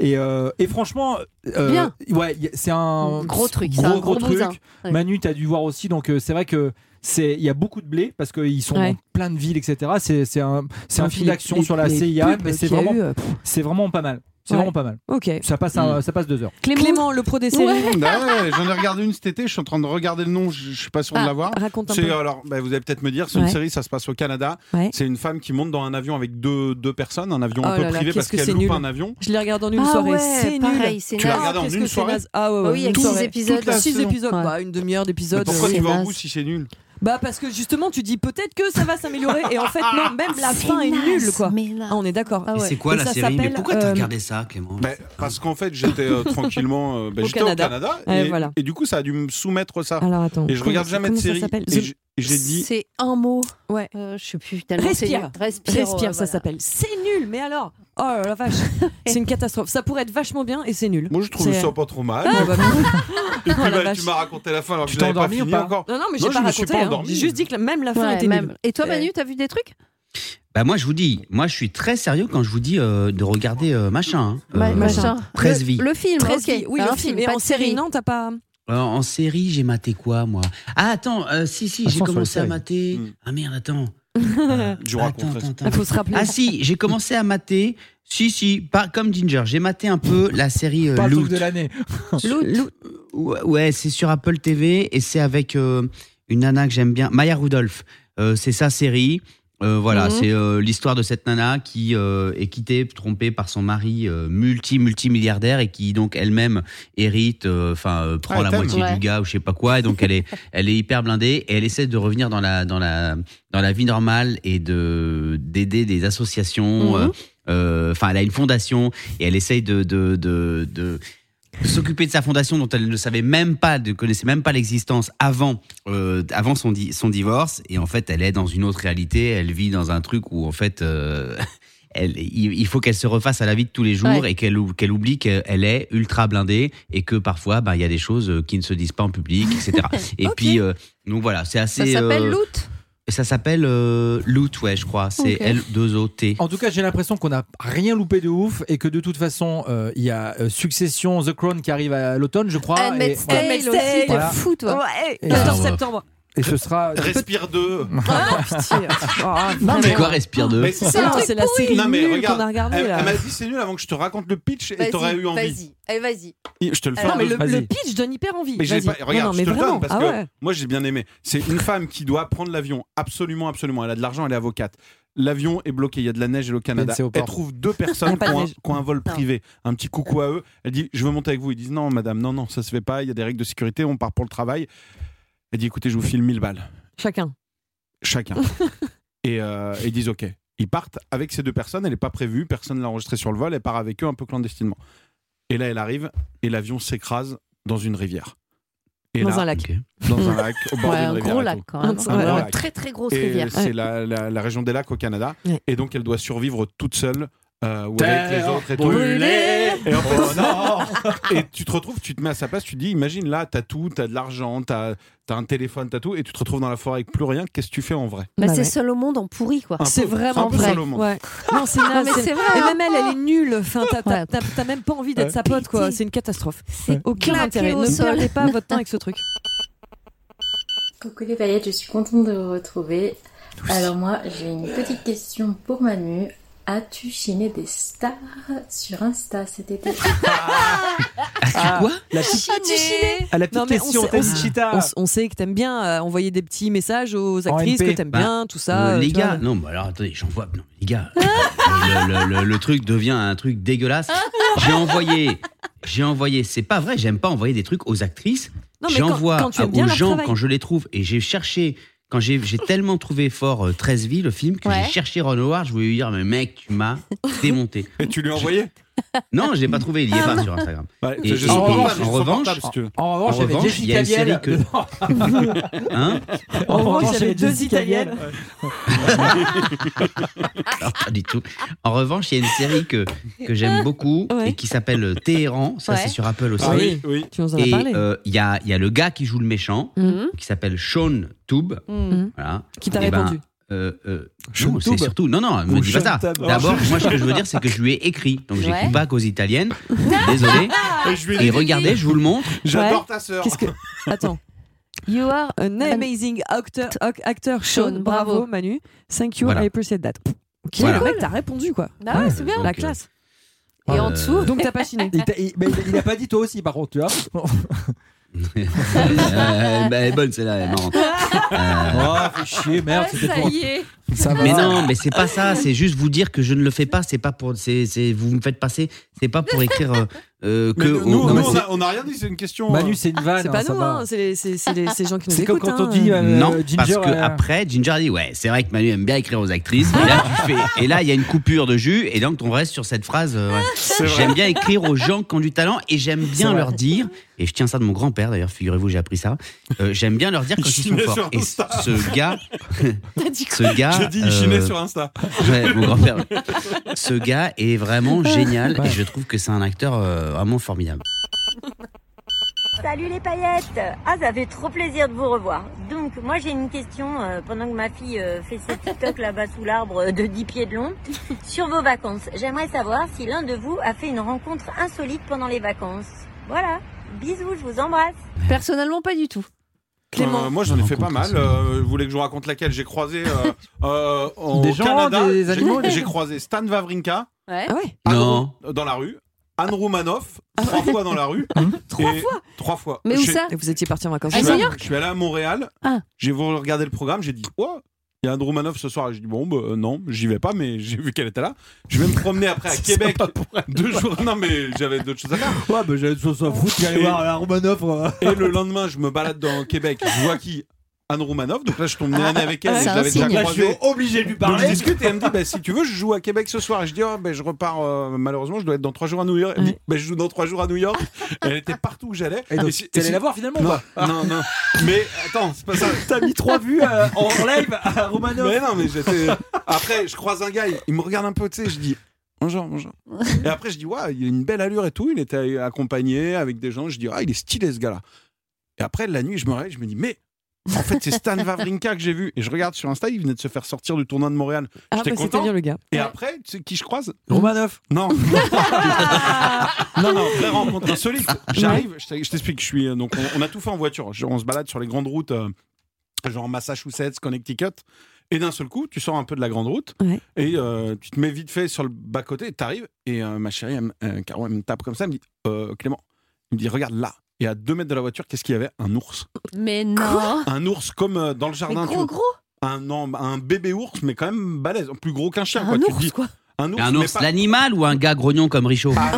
S4: Et, euh, et franchement euh,
S5: Bien.
S4: ouais y a- c'est un
S5: Gros truc, c'est un gros bousin. Ouais.
S4: Manu t'as dû voir aussi donc euh, c'est vrai que c'est il y a beaucoup de blé parce qu'ils sont
S7: Ouais.
S4: dans plein de villes etc c'est c'est un c'est un
S7: Enfin,
S4: film
S7: les-
S4: d'action
S7: les-
S4: sur la
S7: les
S4: CIA
S7: pubs
S4: mais c'est
S7: qu'il y a
S4: vraiment
S7: eu, euh, pff,
S4: c'est vraiment pas mal c'est
S7: Ouais. Mm.
S4: vraiment pas mal
S7: ok.
S4: ça passe un- ça passe deux heures
S7: Clément, le pro des séries.
S8: Bah ouais, J'en ai regardé une cet été, je suis en train de regarder le nom, je, je suis pas sûr de
S7: Ah,
S8: l'avoir.
S7: raconte un
S8: C'est
S7: peu.
S8: alors, bah, vous allez peut-être me dire, c'est une
S7: Ouais.
S8: série, ça se passe au Canada.
S7: Ouais.
S8: C'est une femme qui monte dans un avion avec deux, deux personnes, un avion
S7: Oh
S8: un peu
S7: là là,
S8: privé
S7: qu'est-ce
S8: parce
S7: que
S8: qu'elle
S7: c'est
S8: loupe
S7: nul.
S8: un avion.
S7: Je l'ai regardé en une
S5: Ah
S7: soirée.
S5: ouais,
S7: c'est
S5: pareil,
S7: nul.
S5: c'est
S8: Tu l'as
S5: naze.
S8: regardé en
S7: qu'est-ce
S8: une
S7: que c'est
S8: soirée
S7: naze. Ah ouais,
S5: Bah
S7: ouais,
S5: oui, il y a
S7: une
S5: 12
S7: soirée.
S5: épisodes.
S8: Toute la
S7: Six
S8: saison.
S7: épisodes,
S5: Ouais.
S7: bah, une demi-heure
S8: Mais
S7: d'épisode.
S8: pourquoi
S5: c'est
S8: tu vas au
S5: naze.
S8: bout si c'est nul
S7: Bah parce que justement tu dis peut-être que ça va s'améliorer et en fait non même la
S5: C'est
S7: fin est
S5: naze,
S7: nulle quoi.
S5: mais naze.
S7: Ah, on est d'accord.
S5: Ah
S2: Et
S5: ouais.
S2: c'est quoi
S7: Et
S2: la
S7: ça
S2: série Mais
S7: s'appelle,
S2: pourquoi t'as
S7: euh,
S2: regardé ça, Clément
S8: Bah, Parce qu'en fait, j'étais euh, tranquillement euh, bah,
S7: Au
S8: j'étais
S7: Canada.
S8: au Canada.
S7: Ouais,
S8: et,
S7: voilà.
S8: et du coup, ça a dû me soumettre ça.
S7: Alors attends.
S8: et je regarde
S7: Comment-
S8: jamais de
S7: comment ça
S8: série.
S7: s'appelle
S8: Et j- et j'ai dit.
S5: C'est un mot.
S7: Ouais.
S5: Euh, je sais plus. tellement
S7: Respire.
S5: c'est nul. Respire.
S7: Respire,
S5: ouais,
S7: ça
S5: hein, voilà.
S7: s'appelle. C'est nul, mais alors Oh la la vache, c'est une catastrophe. Ça pourrait être vachement bien et c'est nul.
S8: Moi, je trouve
S7: C'est-
S8: ça pas trop mal.
S7: Ah, bah, bah,
S8: Et puis,
S7: Oh la
S8: bah,
S7: vache.
S8: tu m'as raconté la fin alors que
S4: Tu
S8: je
S4: t'es
S8: l'avais pas
S4: endormi
S8: fini
S4: ou pas
S8: encore.
S7: non, non, mais
S8: Non,
S7: j'ai pas
S8: je me suis
S7: raconté.
S8: pas
S7: hein.
S8: endormi.
S7: J'ai juste dit que la- même la fin
S5: Ouais,
S7: était
S5: même.
S7: nulle.
S5: Et toi,
S7: Ouais.
S5: Manu, t'as vu des trucs
S2: Bah moi je vous dis, moi je suis très sérieux quand je vous dis euh, de regarder euh, machin. hein. Euh,
S5: Machin.
S2: 13
S5: Le-
S2: vies.
S5: Le, film.
S7: 13
S5: ok.
S7: vies. Oui,
S5: Un
S7: le film. Et
S5: Ah, pas
S7: en
S5: de
S7: série, non, t'as pas.
S8: Ah.
S2: Euh, en série, j'ai maté quoi moi Ah attends, euh, si si, j'ai
S4: Vincent, sur
S2: commencé
S4: les
S2: à
S4: séries. Hmm. Euh,
S2: mater.
S8: Mm.
S2: Ah merde, attends.
S8: Je vous
S2: Attends,
S8: raconterai
S2: attends,
S8: ça.
S2: attends.
S7: Il faut se rappeler.
S2: Ah si, j'ai commencé à mater. Si si, pas comme Ginger, j'ai maté un peu la série euh,
S4: pas le truc
S2: Loot.
S4: de l'année
S2: Loot. Ouais, ouais, c'est sur Apple TV et c'est avec euh, une nana que j'aime bien, Maya Rudolph. Euh, c'est sa série. Euh, voilà,
S5: Mhm.
S2: c'est euh, l'histoire de cette nana qui euh, est quittée, trompée par son mari euh, multi multimilliardaire et qui donc elle-même hérite, euh, enfin euh, prend
S8: Ah,
S2: la
S8: t'aimes.
S2: moitié
S5: Ouais.
S2: du gars ou je sais pas quoi. Et donc elle est, elle est hyper blindée et elle essaie de revenir dans la dans la dans la vie normale et de d'aider des associations.
S5: Mhm.
S2: euh, euh, Enfin, elle a une fondation et elle essaye de de, de, de de s'occuper de sa fondation dont elle ne savait même pas, ne connaissait même pas l'existence avant, euh, avant son, di- son divorce. Et en fait, elle est dans une autre réalité. Elle vit dans un truc où en fait, euh, elle, il il faut qu'elle se refasse à la vie de tous les jours
S5: Ouais.
S2: et qu'elle ou- qu'elle oublie qu'elle est ultra blindée et que parfois, ben, il y a des choses euh, qui ne se disent pas en public, etc. et
S7: Ok.
S2: puis, euh, donc voilà, c'est
S5: Ça
S2: assez.
S5: s'appelle
S2: euh,
S5: Loot.
S2: Ça s'appelle euh, Loot, ouais, je crois. C'est
S5: Ok.
S2: L2OT.
S4: En tout cas, j'ai l'impression qu'on n'a rien loupé de ouf et que de toute façon, euh, il y a euh, Succession, The Crown qui arrive à l'automne, je crois.
S7: Ah,
S5: Anne
S4: et,
S5: Handmaid's Tale
S7: Handmaid's
S5: aussi.
S4: Tale.
S5: T'es fou, toi.
S7: Ouais,
S4: Et-
S7: 14
S2: Ah, ouais.
S8: euh,
S7: septembre.
S4: et ce sera.
S8: Respire 2.
S7: Ah, pitié.
S5: Oh,
S7: Ah,
S4: Non, mais-
S2: C'est quoi Respire 2
S8: Mais
S7: C'est non, c'est la série
S8: Non, mais
S7: nulle qu'on
S8: regarde, Eh,
S7: a regardée
S8: Elle,
S7: là.
S8: elle m'a dit c'est nul avant que je te raconte le pitch et
S5: Vas-y,
S8: t'aurais eu envie.
S5: Vas-y. Allez, vas-y.
S8: Je te le fais.
S7: Non,
S8: en
S7: mais
S8: deux
S7: le,
S4: Vas-y.
S7: le pitch donne hyper envie.
S8: Mais je l'ai
S7: Vas-y.
S8: pas- regarde,
S7: non, non,
S8: je
S7: mais
S8: te le
S7: vraiment.
S8: donne parce
S7: ah
S8: que
S7: ouais.
S8: moi j'ai bien aimé. C'est une femme qui doit prendre l'avion, absolument, absolument. Elle a de l'argent, elle est avocate. L'avion est bloqué, il y a de la neige et le Canada.
S4: c'est au port.
S8: Elle trouve deux personnes
S7: Ah, pas
S8: qui
S7: de
S8: ont, un,
S7: neige.
S8: qui ont un vol privé. Un petit coucou à eux. Elle dit Je veux monter avec vous. Ils disent Non, madame, non, non, ça se fait pas. Il y a des règles de sécurité, on part pour le travail. Elle dit Écoutez, je vous file 1000 balles,
S7: Chacun.
S8: chacun. et euh, ils disent Ok. Ils partent avec ces deux personnes. Elle n'est pas prévue, personne ne l'a enregistrée sur le vol. Elle part avec eux un peu clandestinement. Et là, elle arrive et l'avion s'écrase dans une rivière. Et
S7: dans
S8: là,
S7: un lac.
S2: Ok.
S8: dans un lac au bord
S5: Mm. Ouais,
S8: d'une
S5: un
S8: rivière
S5: gros
S8: et
S5: lac,
S8: tout.
S5: quand même.
S7: Un
S5: Ouais,
S8: gros
S5: ouais,
S8: lac.
S5: Très, très grosse
S8: Et
S5: rivière.
S8: c'est la, la- la région des lacs au Canada
S7: Ouais.
S8: et donc elle doit survivre toute seule euh, ou avec les autres et tout.
S5: Brûlé.
S8: Et, en fait, et tu te retrouves, tu te mets à sa place, tu te dis imagine là, t'as tout, t'as de l'argent, t'as as un téléphone, t'as tout, et tu te retrouves dans la forêt avec plus rien. Qu'est-ce que tu fais en vrai
S5: Bah,
S7: Bah
S5: c'est
S7: ouais.
S5: seul au monde en pourri, quoi.
S8: Un
S7: C'est
S8: peu-
S7: vraiment
S8: un peu
S7: vrai.
S8: seul au monde.
S7: Ouais. Non, c'est naze,
S5: mais
S7: c'est- hein.
S5: c'est vrai.
S7: Et même elle, elle est nulle. Enfin, t'as- t'as
S5: Ouais.
S7: t'as- t'as même pas envie d'être sa pote, quoi. C'est une catastrophe.
S5: C'est
S7: Aucun
S5: claqué
S7: intérêt.
S5: au
S7: Ne
S5: sol.
S7: perdez pas votre temps avec ce truc.
S12: Coucou les paillettes, je suis contente de vous retrouver. Alors moi, j'ai une petite question pour Manu. As-tu chiné des stars sur Insta cet été
S4: Ah,
S2: Quoi
S4: la petite, ah, la petite
S7: Non, mais on
S4: question,
S7: sait-
S4: t'as
S7: on
S4: dit
S7: sait-
S4: Cheetah.
S7: On, s- on sait que t'aimes bien euh, envoyer des petits messages aux
S4: En
S7: actrices
S4: MP.
S7: que t'aimes
S2: Bah,
S7: bien, tout ça.
S2: Euh,
S7: euh,
S2: les
S7: tu
S2: gars,
S7: vois.
S2: non, mais alors attendez, j'en vois. Non, mais les gars, le, le- le- le truc devient un truc dégueulasse. J'ai envoyé, j'ai envoyé, c'est pas vrai, j'aime pas envoyer des trucs aux actrices.
S7: Non, mais quand-
S2: J'envoie
S7: quand tu aimes
S2: à-
S7: bien
S2: aux
S7: leur
S2: gens
S7: travail.
S2: quand je les trouve. Et j'ai cherché, quand j'ai j'ai tellement trouvé fort euh, 13 vies, le film, que
S5: Ouais.
S2: j'ai cherché Ron Howard. Je voulais lui dire, mais mec, tu m'as démonté.
S8: Et tu lui as envoyé
S2: Non, je l'ai pas trouvé, il
S7: Ah
S2: y est pas sur Instagram.
S8: Ouais,
S2: Et-
S8: je-
S2: et-
S8: en
S2: en
S8: revanche, je suis
S2: revanche,
S8: portable, si tu veux.
S3: En revanche,
S2: en
S3: il y avait
S2: revanche, il y a une
S3: Jessica
S2: série que.
S3: Biel
S2: Hein
S3: En revanche,
S7: j'avais
S3: il y avait
S7: deux
S3: Jessica Biel.
S8: euh,
S7: Italiennes.
S2: Alors, pas du tout. En revanche, il y a une série que, que j'aime beaucoup
S7: Ouais.
S2: et qui s'appelle euh, Téhéran. Ça,
S5: Ouais.
S2: c'est sur Apple aussi.
S8: Ah oui, oui.
S7: Tu nous en as
S2: Et
S7: parlé.
S2: euh, il y, a, il y a le gars qui joue le méchant,
S7: Mhm.
S2: qui s'appelle Sean Toub.
S5: Mhm.
S2: Voilà.
S7: Qui t'a
S2: Eh ben,
S7: répondu.
S2: euh, euh,
S4: Sean
S2: non, c'est
S4: Toub
S2: surtout. Non, non, me
S4: Ou
S2: dis pas
S4: Sean
S2: ça.
S4: Tab-
S2: D'abord, moi, ce que je veux dire, c'est que je lui ai écrit. Donc, j'écris
S5: Ouais.
S2: pas qu'aux italiennes. Désolé.
S8: Et je lui ai dit,
S2: Et regardez, je vous le montre.
S8: j'adore
S7: Ouais.
S8: ta sœur.
S7: Qu'est-ce que. Attends. You are an amazing actor, ac- actor Sean.
S5: Sean,
S7: Bravo,
S5: bravo.
S7: Manu. Thank you,
S2: Voilà.
S7: I appreciate that. Pff, Ok,
S2: Voilà.
S7: le mec, t'as répondu quoi.
S5: Bah ouais, c'est bien.
S7: La
S2: Donc, euh,
S7: classe.
S5: Et en
S2: euh,
S5: dessous,
S7: Donc t'as pas chiné.
S4: Il, t'a- il- mais il- il a pas dit toi aussi, par contre, tu vois. Oh,
S2: Euh, bah, elle est bonne, celle-là, elle est marrante. Euh,
S4: Oh, fais chier, merde, c'était
S5: ça
S4: toi.
S5: y est.
S7: Ah,
S4: Ça va.
S2: Mais non, mais c'est pas ça. C'est juste vous dire que je ne le fais pas. C'est pas pour. C'est, c'est- vous me faites passer. C'est pas pour écrire euh, euh,
S8: Mais
S2: que.
S8: nous,
S2: au-
S8: nous,
S2: non, mais
S8: on
S2: c'est-
S8: a- on n'a rien dit, c'est une question.
S4: Manu,
S8: euh,
S4: c'est une vanne.
S7: C'est
S4: hein,
S7: pas
S4: ça
S7: nous,
S4: va.
S7: hein, c'est les, c'est- c'est les- ces gens qui nous
S4: C'est comme
S7: écoutent.
S4: quand on
S7: hein.
S4: dit euh,
S2: non,
S4: Ginger,
S2: parce que
S4: euh,
S2: après, Ginger dit ouais, c'est vrai que Manu aime bien écrire aux actrices. Et là, tu fais. Et là, il y a une coupure de jus. Et donc, on reste sur cette phrase. euh, ouais.
S8: C'est vrai.
S2: J'aime bien écrire aux gens qui ont du talent et j'aime bien
S4: vrai.
S2: leur dire. Et je tiens ça de mon grand-père d'ailleurs. Figurez-vous, j'ai appris ça. euh, j'aime bien leur dire quand
S8: Il
S2: ils sont
S8: chinait
S2: forts.
S8: sur
S2: Et
S8: Insta.
S2: ce gars,
S5: T'as dit quoi
S2: ce gars.
S8: J'ai dit, il chinait
S2: euh,
S8: sur Insta.
S2: Ouais, mon grand-père. Ce gars est vraiment génial et je trouve que c'est un acteur euh, vraiment formidable.
S13: Salut les paillettes Ah, ça fait trop plaisir de vous revoir. Donc, moi j'ai une question, euh, pendant que ma fille euh, fait ses TikTok là-bas sous l'arbre euh, de 10 pieds de long, sur vos vacances. J'aimerais savoir si l'un de vous a fait une rencontre insolite pendant les vacances. Voilà, bisous, je vous embrasse.
S5: Personnellement, pas du tout.
S8: Euh, moi, j'en ai fait pas
S2: Rencontre
S8: mal. Euh, vous voulez que je vous raconte laquelle J'ai croisé euh, euh, au
S4: Des gens,
S8: Canada.
S4: des
S8: j'ai-
S4: animaux, des-
S8: J'ai croisé Stan Wawrinka
S5: Ouais.
S7: Ah ouais.
S8: Anne
S2: Non.
S8: Ro- euh, dans la rue, Anne Romanoff
S5: Ah
S8: trois fois dans la rue.
S7: Trois
S8: et-
S7: fois
S8: Trois fois.
S5: Mais où
S8: J'ai-
S5: ça
S7: Et Vous étiez parti en vacances. Ah,
S8: je
S5: À
S8: suis
S5: New
S8: allé-
S5: York
S8: Je suis allé à Montréal.
S5: Ah.
S8: J'ai voulu regarder le programme. J'ai dit, oh, il y a Anne Romanoff ce soir. J'ai dit, bon, bah, euh, non, j'y vais pas, mais j'ai vu qu'elle était là. Je vais me promener après à Québec. Deux jours. Non, mais j'avais d'autres choses à faire.
S4: Ouais, bah j'allais s'en s'en foutre, j'allais voir la Romanoff. euh.
S8: Et le lendemain, je me balade dans Québec. Je vois qui Anne Romanoff. Donc là, je tombe nez à nez avec elle.
S5: Ah,
S8: et
S5: c'est
S8: je
S5: un
S8: l'avais déjà
S5: signe.
S4: Là, je suis
S8: croisée.
S4: obligé de lui
S8: Donc je
S4: parler.
S8: discute et elle me dit bah, si tu veux je joue à Québec ce soir et je dis oh, ben, je repars euh, malheureusement je dois être dans trois jours à New York elle me dit bah, je joue dans trois jours à New York Et elle était partout où j'allais
S4: Et donc,
S8: si-
S4: t'es allé
S8: si-
S4: la voir finalement
S8: non,
S4: quoi
S8: non non mais attends c'est pas ça
S4: T'as mis trois vues euh, en live à Romanoff.
S8: mais non mais j'étais après je croise un gars il, il me regarde un peu tu sais je dis bonjour bonjour et après je dis ouais il a une belle allure et tout il était accompagné avec des gens je dis ah il est stylé ce gars là et après la nuit je me réveille je me dis mais en fait, c'est Stan Wawrinka que j'ai vu. Et je regarde sur Insta, il venait de se faire sortir du tournoi de Montréal.
S7: Ah,
S8: J'étais
S7: bah, c'était
S8: content.
S7: bien le gars.
S8: Et après, tu sais qui je croise
S4: Romanoff.
S8: Non. non, non, vraie rencontre insolite. Ah, J'arrive, je t'ai- je t'explique, je suis. euh, Donc, on, on a tout fait en voiture. Je- on se balade sur les grandes routes, euh, genre Massachusetts, Connecticut. Et d'un seul coup, tu sors un peu de la grande route
S7: Ouais.
S8: et euh, tu te mets vite fait sur le bas-côté. T'arrives et euh, ma chérie, elle me- euh, Caro, elle me tape comme ça. Elle me dit euh, Clément, elle me dit regarde là. Et à deux mètres de la voiture, qu'est-ce qu'il y avait Un ours.
S5: Mais non.
S8: Un ours comme euh, dans le
S5: Mais
S8: jardin. tu
S5: gros,
S8: vois.
S5: gros.
S8: Un, non, un bébé ours, mais quand même balèze. Plus gros qu'un chien. quoi.
S5: Un
S8: Tu te dis,
S5: ours, quoi.
S8: un ours,
S2: Un
S8: mais
S2: ours,
S8: pas-
S2: l'animal ou un gars grognon comme Richaud
S8: ah,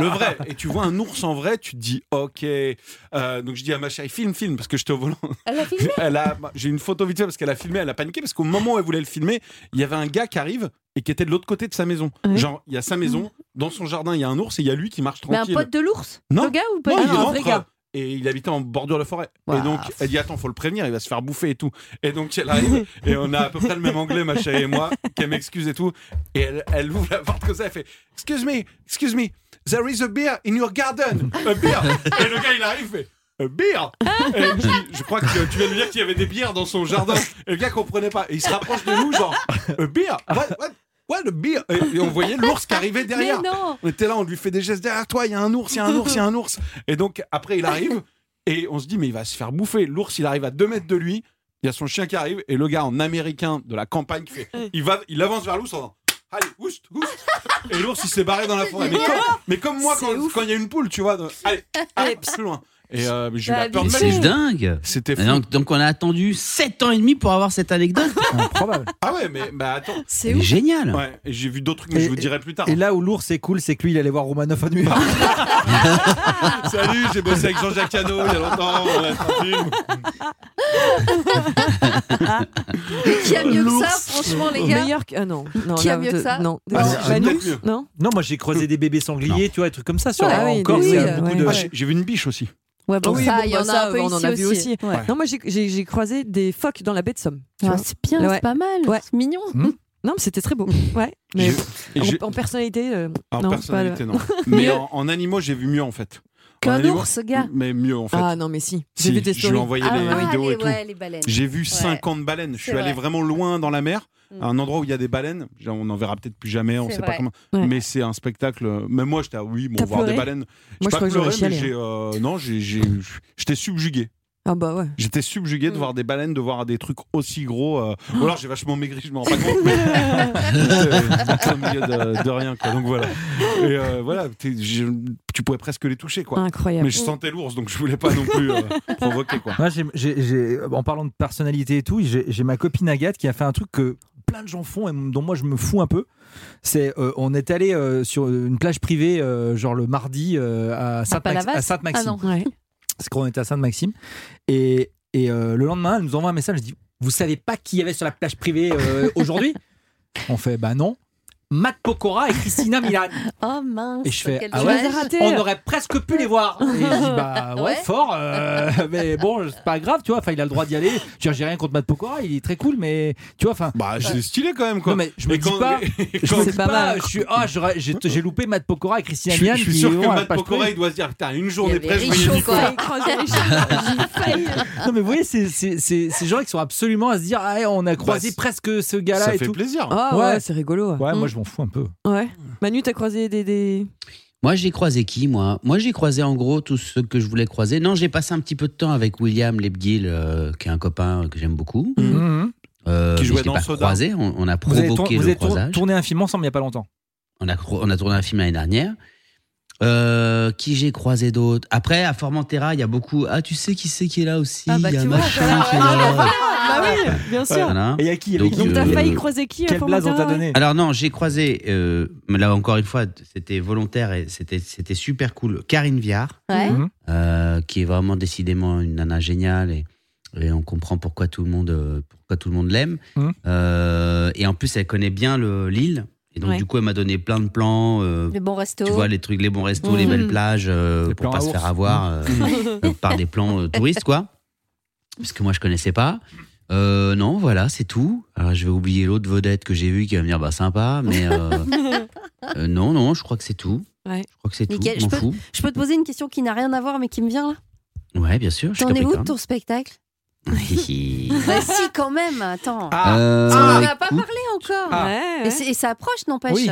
S8: Le vrai. Et tu vois un ours en vrai, tu te dis ok. Euh, donc je dis à ma chérie filme, filme parce que j'étais au volant.
S5: Elle a filmé.
S8: Elle a, j'ai une photo vite fait parce qu'elle a filmé, elle a paniqué parce qu'au moment où elle voulait le filmer, il y avait un gars qui arrive et qui était de l'autre côté de sa maison.
S7: Ouais.
S8: Genre il y a sa maison, dans son jardin il y a un ours et il y a lui qui marche
S5: Mais un
S8: tranquille.
S5: pote de l'ours
S8: Non.
S5: Le gars ou pas
S8: Non,
S5: du
S8: il
S5: tout
S8: rentre, euh, Et il habitait en bordure de la forêt. Et donc, elle dit Attends, faut le prévenir, il va se faire bouffer et tout. Et donc, elle arrive, et on a à peu près le même anglais, ma chérie et moi, qu'elle m'excuse et tout. Et elle, elle ouvre la porte comme ça, elle fait Excuse me, excuse me, there is a beer in your garden. A beer. Et le gars, il arrive, il fait A beer. Et je, dis, Je crois que tu viens de lui dire qu'il y avait des bières dans son jardin. Et le gars comprenait pas. Et il se rapproche de nous, genre A beer. What, what, what a beer. Et, et on voyait l'ours qui arrivait
S5: Mais
S8: derrière.
S5: non.
S8: On était là, on lui fait des gestes derrière toi, il y a un ours, il y a un ours, il y a un ours. Et donc après, il arrive et on se dit, mais il va se faire bouffer. L'ours, il arrive à 2 mètres de lui, il y a son chien qui arrive et le gars en américain de la campagne qui fait, il, va, il avance vers l'ours en disant, allez, oust, oust. Et l'ours, il s'est barré dans la forêt. Mais comme, mais comme moi,
S7: C'est
S8: quand
S7: ouf.
S8: quand il y a une poule, tu vois, de- allez, ah, plus loin. Et euh, j'ai eu
S2: Bah,
S8: la peur de ma vie.
S2: C'est dingue.
S8: C'était fou.
S2: Donc, donc on a attendu 7 ans et demi pour avoir cette anecdote.
S8: Ah ouais, mais bah, attends.
S2: C'est Mais ouf. génial.
S8: Ouais, et j'ai vu d'autres trucs, mais je vous dirai plus tard.
S4: Et là où l'ours est cool, c'est que lui, il allait voir Romanoff à New York.
S8: Salut, j'ai bossé avec Jean-Jacques Hano il y a longtemps. on a fait un film.
S5: Qui a mieux que ça,
S7: L'ours.
S5: franchement, les gars
S7: Meilleur que- ah non, non,
S5: Qui a
S7: là,
S5: mieux
S7: de-
S5: que ça
S7: Non,
S8: Bah,
S7: Bah
S4: Ah,
S7: Non,
S4: c'est-
S7: Manu,
S4: peut-être mieux.
S7: non.
S4: Non, moi j'ai croisé des bébés sangliers, tu vois, des trucs comme ça. Sur
S7: Ouais, Ah oui,
S4: encore,
S7: des-
S4: il y
S7: oui,
S4: a beaucoup
S7: ouais,
S4: de.
S7: ouais.
S8: Ah, j'ai- J'ai vu une biche aussi.
S7: Ouais,
S5: bon, Oui, ça, bon, il y bah, en a ça, un peu
S7: on en a
S5: ici
S7: vu
S5: aussi.
S7: aussi.
S5: Ouais.
S7: Non, moi j'ai- j'ai j'ai croisé des phoques dans la baie de Somme. tu
S5: Ah,
S7: vois.
S5: c'est bien,
S7: Ouais.
S5: c'est pas mal,
S7: Ouais.
S5: c'est mignon.
S7: Non, mais c'était très beau. Ouais, mais
S8: Et j'ai-
S7: en, en personnalité, euh,
S8: En
S7: non, c'est pas le-
S8: personnalité, Ah, non. Mais en, en animaux, j'ai vu mieux en fait. En
S7: Qu'un
S8: animaux,
S7: ours, gars.
S8: Mais mieux en fait.
S7: Ah non, mais si. J'ai
S8: Si,
S7: vu tes
S8: je
S7: stories.
S8: lui ai envoyé
S7: Ah
S8: les
S7: ouais.
S8: vidéos
S5: Ah, les-
S8: et tout.
S5: ouais, les baleines.
S8: J'ai vu
S5: Ouais.
S8: 50 baleines. Je
S5: C'est
S8: suis allé
S5: vrai. Mm.
S8: vraiment loin dans la mer, à un endroit où il y a des baleines. Genre, On n'en verra peut-être plus jamais, on
S5: C'est
S8: sait pas
S5: vrai.
S8: comment.
S5: Ouais.
S8: Mais c'est un spectacle. Même moi, j'étais ah oui, bon,
S7: T'as
S8: voir des
S7: pleuré
S8: baleines.
S7: Moi, je
S8: J'ai pas
S7: crois que j'aurais
S8: pleuré, mais
S7: chialé. hein.
S8: j'ai. euh, non, j'ai- j'ai- j'étais subjugué.
S7: Ah bah ouais.
S8: J'étais subjugué de voir des baleines, de voir des trucs aussi gros. euh, Ou alors j'ai vachement maigri, je m'en rends pas compte. Mais... J'étais au milieu de, de rien, quoi. Donc voilà. Et euh, voilà, t'es- j'ai- tu pouvais presque les toucher, quoi.
S7: Incroyable.
S8: Mais je sentais l'ours, donc je voulais pas non plus euh, provoquer, quoi.
S4: Moi, j'ai- j'ai- j'ai- en parlant de personnalité et tout, j'ai j'ai ma copine Agathe qui a fait un truc que plein de gens font et dont moi je me fous un peu. C'est euh, on est allé euh, sur une plage privée euh, genre le mardi euh, à Sainte-Max- à
S5: Ah,
S4: Sainte-Maxime.
S7: Ouais.
S4: parce qu'on était à Sainte-Maxime. Et, et, euh, le lendemain, elle nous envoie un message. Elle dit Vous savez pas qui il y avait sur la plage privée euh, aujourd'hui On fait Bah non. Matt Pokora et Christina Milan.
S5: Oh mince.
S4: Et je fais
S5: quel
S4: Ah
S5: dommage.
S4: ouais
S5: Tu les as ratés.
S4: On aurait presque pu les voir. Et je dis Bah ouais,
S5: Ouais.
S4: fort. euh, mais bon, c'est pas grave, tu vois. Enfin, il a le droit d'y aller. Je veux dire, J'ai rien contre Matt Pokora, il est très cool, mais tu vois, enfin.
S8: Bah, c'est stylé quand même, quoi.
S4: Non, mais je me
S8: Et
S4: dis
S8: quand-
S4: pas.
S8: et
S4: Je
S8: quand-
S4: me dis
S8: C'est
S4: pas,
S8: pas mal.
S4: je suis, ah, j'aurais- j'ai j'ai loupé Matt Pokora et
S8: Je
S4: Christina
S8: suis,
S4: Milan.
S8: je suis
S4: qui
S8: sûr que
S4: vont à la
S8: Matt
S4: plage
S8: Pokora,
S4: privée.
S8: il doit se dire Putain, une
S5: Il y
S8: journée
S5: avait
S8: près, je
S5: Richaud,
S8: voyais Nico.
S5: quoi.
S4: Non mais vous voyez, c'est c'est- c'est- ces gens qui sont absolument à se dire, ah, on a croisé
S8: Bah,
S4: presque ce gars-là
S8: ça
S4: et
S8: fait
S4: tout.
S8: plaisir.
S7: Ah ouais, c'est rigolo.
S4: Ouais,
S7: Mm.
S4: moi je m'en fous un peu.
S7: Ouais. Manu, t'as croisé des. des...
S2: Moi, j'ai croisé qui, moi Moi, j'ai croisé en gros tous ceux que je voulais croiser. Non, j'ai passé un petit peu de temps avec William Lebguil, euh, qui est un copain que j'aime beaucoup. Euh,
S8: Qui
S2: mais
S8: jouait
S2: je l'ai
S8: dans
S2: pas
S8: Soda.
S2: croisé, on, on a
S4: Mm. Vous avez, tour-
S2: provoqué
S4: vous
S2: le
S4: avez tour-
S2: croisage.
S4: tourné un film ensemble il n'y a pas longtemps.
S2: On a, cro- on a tourné un film l'année dernière. Euh, qui j'ai croisé d'autres Après, à Formentera, il y a beaucoup. Ah, tu sais qui c'est qui est là aussi
S7: Ah bah
S2: Il y a
S7: tu vois.
S2: machin
S7: voilà,
S2: qui est
S7: ouais,
S2: là.
S7: bah voilà,
S5: Ah.
S7: bah oui, bien sûr.
S2: Voilà.
S4: Et il y a qui Il y avait
S7: Donc
S4: qui
S7: t'as
S2: euh,
S7: failli croiser qui hein à
S4: Quelle blaze on t'a
S7: Formentera, ouais
S4: donné
S2: Alors non, j'ai croisé, euh, mais là encore une fois, c'était volontaire et c'était c'était super cool. Karine Viard,
S5: Ouais.
S4: Mhm.
S2: euh, qui est vraiment décidément une nana géniale et, et on comprend pourquoi tout le monde euh, pourquoi tout le monde l'aime.
S4: Mhm.
S2: Euh, et en plus, elle connaît bien le Lille et donc
S7: Ouais.
S2: du coup, elle m'a donné plein de plans. euh,
S5: Les bons restos.
S2: tu vois les trucs, les bons restos, les
S7: Mhm.
S2: belles plages euh,
S4: Les
S2: pour
S4: plans
S2: pas
S4: à
S2: se
S4: ours. Mm.
S2: faire avoir euh, euh, par des plans euh, touristes quoi. Parce que moi je connaissais pas. Euh, non, voilà, c'est tout. Alors, je vais oublier l'autre vedette que j'ai vue qui va me dire bah sympa, mais euh, euh, non, non, je crois que c'est tout.
S7: Ouais.
S2: Je crois que c'est tout.
S5: Nickel,
S2: je m'en
S5: peux-
S2: fous.
S5: Je peux te poser une question qui n'a rien à voir mais qui me vient là
S2: Ouais, bien sûr. je suis
S5: T'en es où de
S2: Capricorne.
S5: ton spectacle
S2: Hihi.
S5: Bah si quand même, attends.
S4: Ah,
S2: Euh,
S5: Ah, On n'en a pas
S2: écoute,
S5: parlé encore.
S7: Ah, Ouais,
S5: Ah. Et,
S7: ouais.
S5: c'est- et ça approche, n'empêche.
S4: Oui.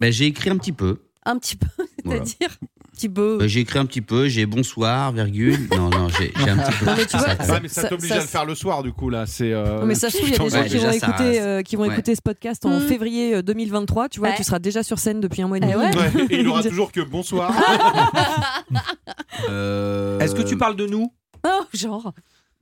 S2: bah, j'ai écrit un petit peu.
S5: Un petit peu,
S2: Voilà.
S5: c'est-à-dire. Petit peu.
S2: Bah, j'ai écrit un petit peu. J'ai bonsoir virgule. Non, non, j'ai j'ai un petit peu.
S7: Non, mais tu vois,
S8: Ouais, Ah, mais ça
S7: Ça-
S8: t'oblige
S7: ça-
S8: à le faire le soir, du coup, là. C'est. euh,
S7: Non, mais ça se trouve, il y a des
S2: Ouais,
S7: gens qui
S2: déjà,
S7: vont,
S2: ça-
S7: écouter, euh, qui vont
S2: ouais.
S7: écouter ce podcast en
S5: Mm.
S7: février euh, 2023. Tu vois,
S5: Ouais.
S7: tu seras déjà sur scène depuis un mois et demi.
S5: Eh ouais.
S8: Ouais, et il aura toujours que bonsoir.
S2: Euh,
S4: Est-ce que tu parles de nous
S5: Oh, genre.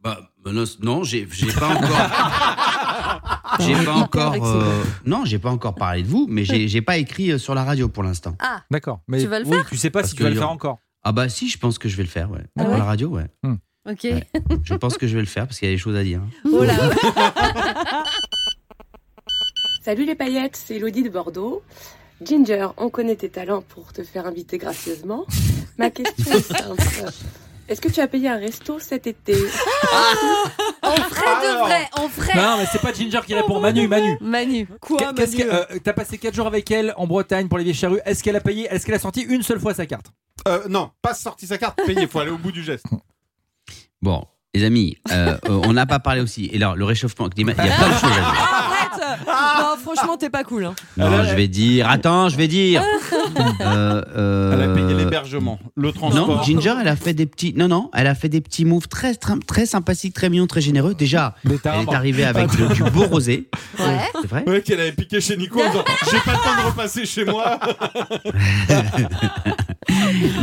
S2: Bah, bah, non, non, j'ai j'ai pas encore. j'ai pas encore. euh, non, j'ai pas encore parlé de vous, mais j'ai j'ai pas écrit euh, sur la radio pour l'instant.
S5: Ah,
S4: D'accord. Mais
S5: Tu vas le
S4: oui, tu sais pas
S2: Parce
S4: si tu vas
S2: que
S4: le
S2: y
S4: faire
S2: aura-
S4: encore.
S2: Ah bah si, je pense que je vais le faire, ouais.
S5: Ah
S2: pour
S5: ouais
S2: la radio, ouais.
S8: Hmm.
S5: ok.
S2: Ouais. Je pense que je vais le faire parce qu'il y a des choses à dire. hein.
S5: Oh là.
S14: Salut les paillettes, c'est Elodie de Bordeaux. Ginger, on connaît tes talents pour te faire inviter gracieusement. Ma question est simple. Est-ce que tu as payé un resto cet été
S5: En vrai de vrai, en vrai.
S4: Non, mais c'est pas Ginger qui répond. Manu, Manu.
S5: Manu. Quoi,
S4: Bah, Qu'est-ce que- euh, T'as passé 4 jours avec elle en Bretagne pour les vieilles charrues. Est-ce qu'elle a payé Est-ce qu'elle a sorti une seule fois sa carte
S8: Euh, non, pas sorti sa carte, payé, faut aller au bout du geste.
S2: Bon, les amis, euh, euh, on n'a pas parlé aussi. Et alors, le réchauffement climatique, il y a plein de choses à dire.
S7: Arrête
S5: Ah.
S7: Non, franchement, t'es pas cool. hein.
S2: Non, je vais dire. Attends, je vais dire. Euh, euh,
S8: Elle a payé l'hébergement, le transport.
S2: Non, Ginger, elle a fait des petits. Non, non, elle a fait des petits moves très, très, très sympathiques, très mignons, très généreux. Déjà,
S4: Mais t'as
S2: elle
S4: un-
S2: est arrivée avec le- du beau rosé.
S5: Ouais.
S2: C'est vrai.
S8: Ouais, qu'elle avait piqué chez Nico en disant J'ai pas le temps de repasser chez moi.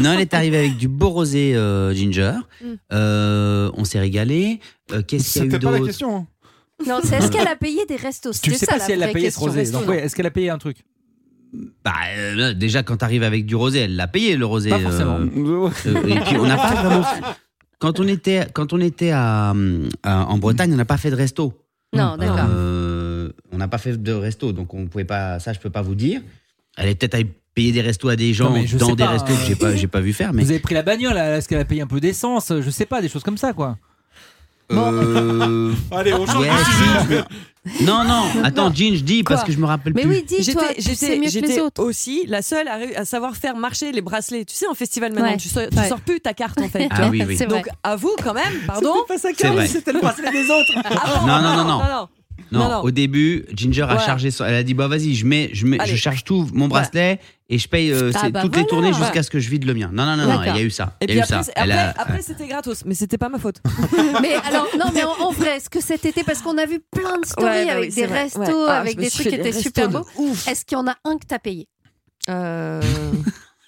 S2: Non, elle est arrivée avec du beau rosé euh, ginger.
S5: Mm.
S2: Euh, on s'est régalé. Euh, Qu'est-ce qu'il y a eu
S8: C'était
S2: d'autre
S8: pas la question. hein.
S5: Non, c'est est-ce qu'elle a payé des restos
S4: Tu
S5: C'était
S4: sais
S5: ça,
S4: pas
S5: la
S4: si elle l'a
S5: vraie
S4: payé ce
S5: question.
S4: rosé.
S5: Resto,
S4: Donc,
S5: non.
S4: ouais, est-ce qu'elle a payé un truc
S2: Bah, euh, déjà, quand t'arrives avec du rosé, elle l'a payé le rosé.
S4: Pas forcément.
S2: euh, euh, et puis, on n'a pas vraiment. Quand on était, quand on était à, à- en Bretagne, on n'a pas fait de resto.
S5: Non, d'accord.
S2: Euh, on n'a pas fait de resto, donc on pouvait pas. Ça, je peux pas vous dire. Elle est peut-être allée payer des restos à des gens
S4: Non, mais je
S2: dans
S4: sais
S2: des
S4: pas,
S2: restos que j'ai pas, j'ai pas vu faire. Mais
S4: Vous avez pris la bagnole, est-ce qu'elle a payé un peu d'essence Je sais pas, des choses comme ça, quoi.
S2: Euh,
S8: Allez, on change
S2: ouais,
S7: Ah,
S8: de sujet.
S2: si. Non, non, attends, Ginge, dis parce
S7: Quoi
S2: que je me rappelle
S5: Mais
S2: plus.
S5: oui, dis, toi, tu
S7: J'étais-
S5: sais mieux
S7: J'étais
S5: que les
S7: j'étais
S5: autres.
S7: aussi la seule à, ré- à savoir faire marcher les bracelets. Tu sais, en festival maintenant,
S5: Ouais.
S7: tu, sors, tu
S5: Ouais.
S7: sors plus ta carte en fait.
S2: Ah
S7: tu vois.
S2: oui, oui. C'est
S7: Donc
S5: vrai.
S7: à vous quand même, pardon.
S4: pas sa
S2: carte, vrai.
S4: c'était le bracelet des autres.
S2: Non, non, non, non. Non,
S7: Non, non.
S2: au début, Ginger a
S7: Ouais.
S2: chargé. son- Elle a dit bah vas-y, je mets, je mets, je
S7: Allez.
S2: charge tout mon bracelet et je paye euh,
S7: Ah,
S2: c'est-
S7: bah
S2: toutes les
S7: voilà.
S2: tournées jusqu'à
S7: Ouais.
S2: ce que je vide le mien. Non, non, non, non, il y
S5: D'accord.
S2: a eu ça. Il
S7: Et
S2: y
S7: puis
S2: a eu
S7: après,
S2: ça.
S7: c'est-
S2: Elle
S7: après,
S2: a-
S7: après, c'était gratos, mais c'était pas ma faute.
S5: Mais alors, non, mais en, en vrai, est-ce que cet été, parce qu'on a vu plein de stories
S7: Ouais, bah
S5: avec
S7: oui,
S5: des
S7: c'est vrai.
S5: restos,
S7: Ouais. Ah, je
S5: avec
S7: me
S5: des
S7: suis
S5: trucs qui
S7: fait des
S5: étaient super beaux,
S7: restos
S5: est-ce qu'il y en a un que t'as payé
S7: Euh,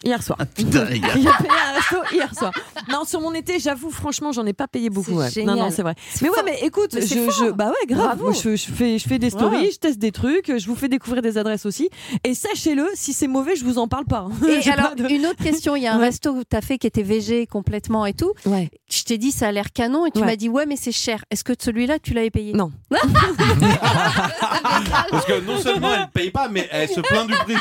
S7: Hier soir.
S2: Putain, les gars.
S7: J'ai payé un resto hier soir. Non, sur mon été, j'avoue, franchement, j'en ai pas payé beaucoup. ouais.
S5: génial.
S7: Non, non, c'est vrai.
S5: C'est
S7: Mais ouais,
S5: fort.
S7: mais écoute,
S5: Mais
S7: je,
S5: c'est
S7: je-
S5: fort.
S7: bah ouais, grave.
S5: Bravo.
S7: Moi, je, je fais, je fais des stories,
S5: Ouais.
S7: je teste des trucs, je vous fais découvrir des adresses aussi. Et sachez-le, si c'est mauvais, je vous en parle pas. hein.
S5: Et
S7: J'ai
S5: alors,
S7: pas de-
S5: une autre question, il y a un
S7: Ouais.
S5: resto que t'as fait qui était végé complètement et tout.
S7: Ouais.
S5: Je t'ai dit, ça a l'air canon, et tu
S7: Ouais.
S5: m'as dit, ouais, mais c'est cher. Est-ce que celui-là, tu l'avais payé
S7: Non.
S8: Parce que non seulement elle paye pas, mais elle se plaint du prix.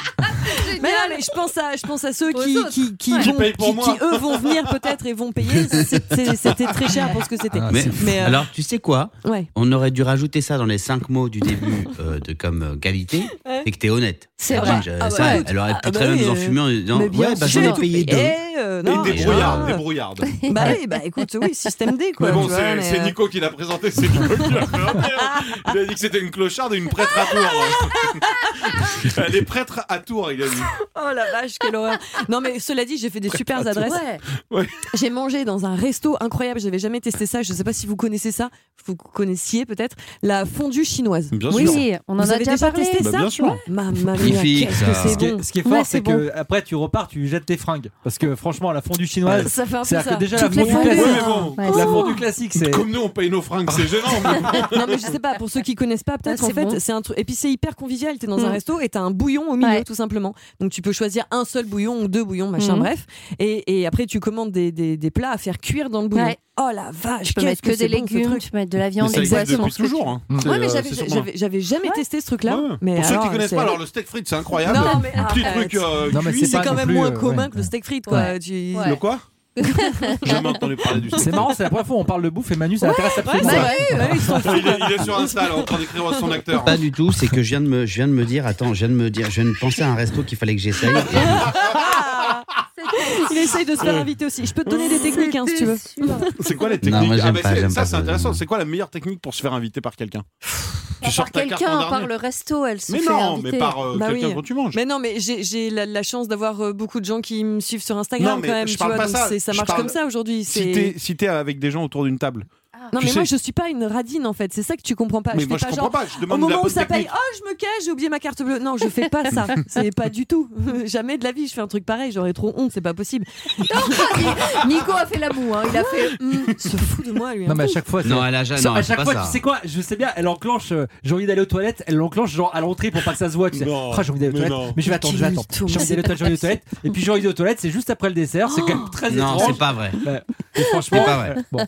S7: Mais non, mais je pense à, je pense à ceux
S5: Aux
S7: qui,
S5: autres.
S7: qui, qui
S8: Ouais. Qui
S7: vont,
S8: payent pour
S7: qui-
S8: moi.
S7: qui, eux vont venir peut-être et vont payer. C'est- c'est- C'était très cher pour ce que c'était.
S4: Ah,
S2: Mais-
S7: mais, euh,
S2: alors tu sais quoi
S7: Ouais.
S2: On aurait dû rajouter ça dans les cinq mots du début euh, de comme euh, qualité.
S7: Ouais.
S2: C'est que t'es honnête.
S5: C'est
S2: Ah,
S5: vrai.
S2: Ginge, euh,
S7: Ah,
S2: ça,
S7: bah,
S2: elle aurait pu
S7: ah,
S2: très
S7: bah
S2: bien
S7: oui,
S2: nous
S7: euh,
S2: enfumer en disant
S7: mais bien
S2: ouais, bah
S7: sûr.
S2: j'en ai payé deux.
S7: Eh, euh,
S8: Et
S7: non, mais
S8: débrouillard,
S7: non.
S8: débrouillarde.
S7: Bah oui, bah écoute, oui, système D quoi.
S8: Mais bon,
S7: tu vois,
S8: c'est
S7: mais,
S8: c'est
S7: euh,
S8: Nico qui l'a présenté, c'est Nico qui l'a présenté. Il a dit que c'était une clocharde et une prêtre à Tours. Elle est prêtre à Tours, il a dit.
S7: Oh la vache, quelle horreur. Non, mais cela dit, j'ai fait des super adresses.
S8: Ouais.
S7: J'ai mangé dans un resto incroyable, j'avais jamais testé ça. Je sais pas si vous connaissez ça, vous connaissiez peut-être la fondue chinoise.
S8: Bien
S5: Oui, on en
S7: Vous
S5: a
S7: avez
S5: déjà, parlé.
S7: testé
S8: Bah,
S7: ça
S8: bien sûr.
S7: Ouais. Mamma mia,
S2: Magnifique,
S7: qu'est-ce
S2: ça.
S7: que
S4: Ce
S7: c'est
S4: qui
S7: bon.
S4: est, ce qui est
S7: Ouais,
S4: fort, c'est
S7: bon.
S4: que après tu repars, tu jettes tes fringues. Parce que franchement, la fondue chinoise,
S7: Ça fait un peu
S4: c'est-à-dire
S7: ça.
S4: que déjà la
S7: Toutes les
S4: fondue
S7: fois,
S4: classique,
S8: Ouais, Bah, mais bon.
S5: Ouais,
S4: la
S5: c'est-
S4: fondue classique, c'est
S8: Comme nous, on paye nos fringues, c'est gênant. mais-
S7: non mais je sais pas pour ceux qui connaissent pas peut-être
S5: Ah,
S7: en
S5: c'est
S7: fait
S5: bon.
S7: c'est un truc et puis c'est hyper convivial t'es dans un
S5: Mm.
S7: resto et t'as un bouillon au milieu
S5: Ouais.
S7: tout simplement donc tu peux choisir un seul bouillon ou deux bouillons machin
S5: Mm.
S7: bref et, et après tu commandes des, des- des plats à faire cuire dans le bouillon
S5: Ouais.
S7: oh la vache
S5: Tu peux mettre que
S7: qu'est-ce
S5: des
S7: c'est bon, ce
S5: légumes,
S7: truc.
S5: tu peux mettre de la
S8: Mais
S5: viande,
S8: ça existe
S5: exactement.
S8: depuis
S5: ce que tu-
S8: toujours. hein. C'est,
S7: Ouais, mais
S8: euh,
S7: j'avais-
S8: c'est sûrement-
S7: j'avais j'avais jamais testé ce truc là
S8: Ouais.
S7: mais
S8: Pour ceux qui
S7: alors,
S8: connaissent pas,
S7: c'est-
S8: alors le steak frites, c'est incroyable.
S7: Non, mais
S8: Petit
S7: arrête.
S8: truc. euh,
S4: Non, mais
S8: cuit.
S4: c'est
S7: c'est
S4: pas
S7: quand
S4: non
S7: même
S4: plus,
S7: moins
S4: euh,
S7: commun
S4: ouais.
S7: que le steak frites quoi Tu-
S5: Ouais.
S8: Le quoi J'ai jamais entendu parler du steak.
S4: c'est marrant, c'est la première fois où on parle de bouffe et Manu, ça l'intéresse absolument
S7: bah
S4: pas.
S7: ouais, ouais, ils sont
S8: Il est, il est sur Insta, là, en train d'écrire à son acteur.
S2: Pas du tout, c'est que je viens de me, je viens de me dire, attends, je viens de me dire, je viens de penser à un resto qu'il fallait que j'essaye. Et-
S7: Il essaye de se faire inviter aussi. Je peux te donner des techniques hein, si tu veux.
S8: C'est quoi les
S2: Non,
S8: techniques Ah,
S2: moi, j'aime pas,
S8: c'est-
S2: j'aime
S8: Ça,
S2: pas
S8: c'est
S2: ça.
S8: intéressant. C'est quoi la meilleure technique pour se faire inviter par quelqu'un
S7: Bah,
S8: Tu sors
S5: Par
S8: ta carte en
S5: quelqu'un, par
S8: dernier.
S5: le resto, elle se
S8: Mais
S5: fait
S8: non,
S5: inviter.
S8: mais par euh,
S7: Bah
S8: quelqu'un
S7: oui.
S8: quand tu manges.
S7: Mais non, mais j'ai- j'ai la, la chance d'avoir euh, beaucoup de gens qui me suivent sur Instagram
S8: Non, mais
S7: quand même.
S8: je
S7: tu
S8: parle
S7: vois,
S8: pas
S7: donc
S8: ça.
S7: c'est- ça
S8: Je
S7: marche
S8: parle-
S7: comme ça aujourd'hui.
S8: Si
S7: c'est-
S8: t'es si t'es avec des gens autour d'une table.
S7: non,
S8: tu
S7: mais moi,
S8: sais.
S7: je suis pas une radine en fait. C'est ça que tu comprends pas.
S8: Mais
S7: Bah, je
S8: moi,
S7: fais
S8: je
S7: pas
S8: comprends
S7: genre.
S8: pas. Je
S7: Au
S8: demande la
S7: moment où
S8: bonne
S7: ça paye,
S8: technique.
S7: oh je me cache, j'ai oublié ma carte bleue. Non, je fais pas ça. C'est pas du tout. Jamais de la vie, je fais un truc pareil. J'aurais trop honte, c'est pas possible.
S5: Nico a fait la moue, hein, il a fait. hum.
S7: Se fout de moi lui. hein.
S4: Non, mais à chaque fois, c'est-
S2: non, elle a jamais.
S4: Sur-
S2: Non,
S4: à
S2: elle fait pas
S4: chaque fois,
S2: ça.
S4: tu sais quoi Je sais bien, elle enclenche. euh, j'ai envie d'aller aux toilettes, elle l'enclenche genre à l'entrée pour pas que ça se voit. Tu sais.
S8: Non,
S4: Ah, j'ai envie d'aller aux
S8: mais
S4: toilettes.
S8: non.
S4: Mais je vais attendre, je vais attendre. J'ai
S7: Thomas,
S4: envie d'aller aux toilettes, j'ai envie d'aller aux toilettes. Et puis j'ai envie d'aller aux toilettes, c'est juste après le dessert. C'est quand même très
S2: Non,
S4: étrange.
S2: c'est pas vrai.
S4: Ouais. Et franchement,
S2: C'est pas vrai.
S4: euh, bon.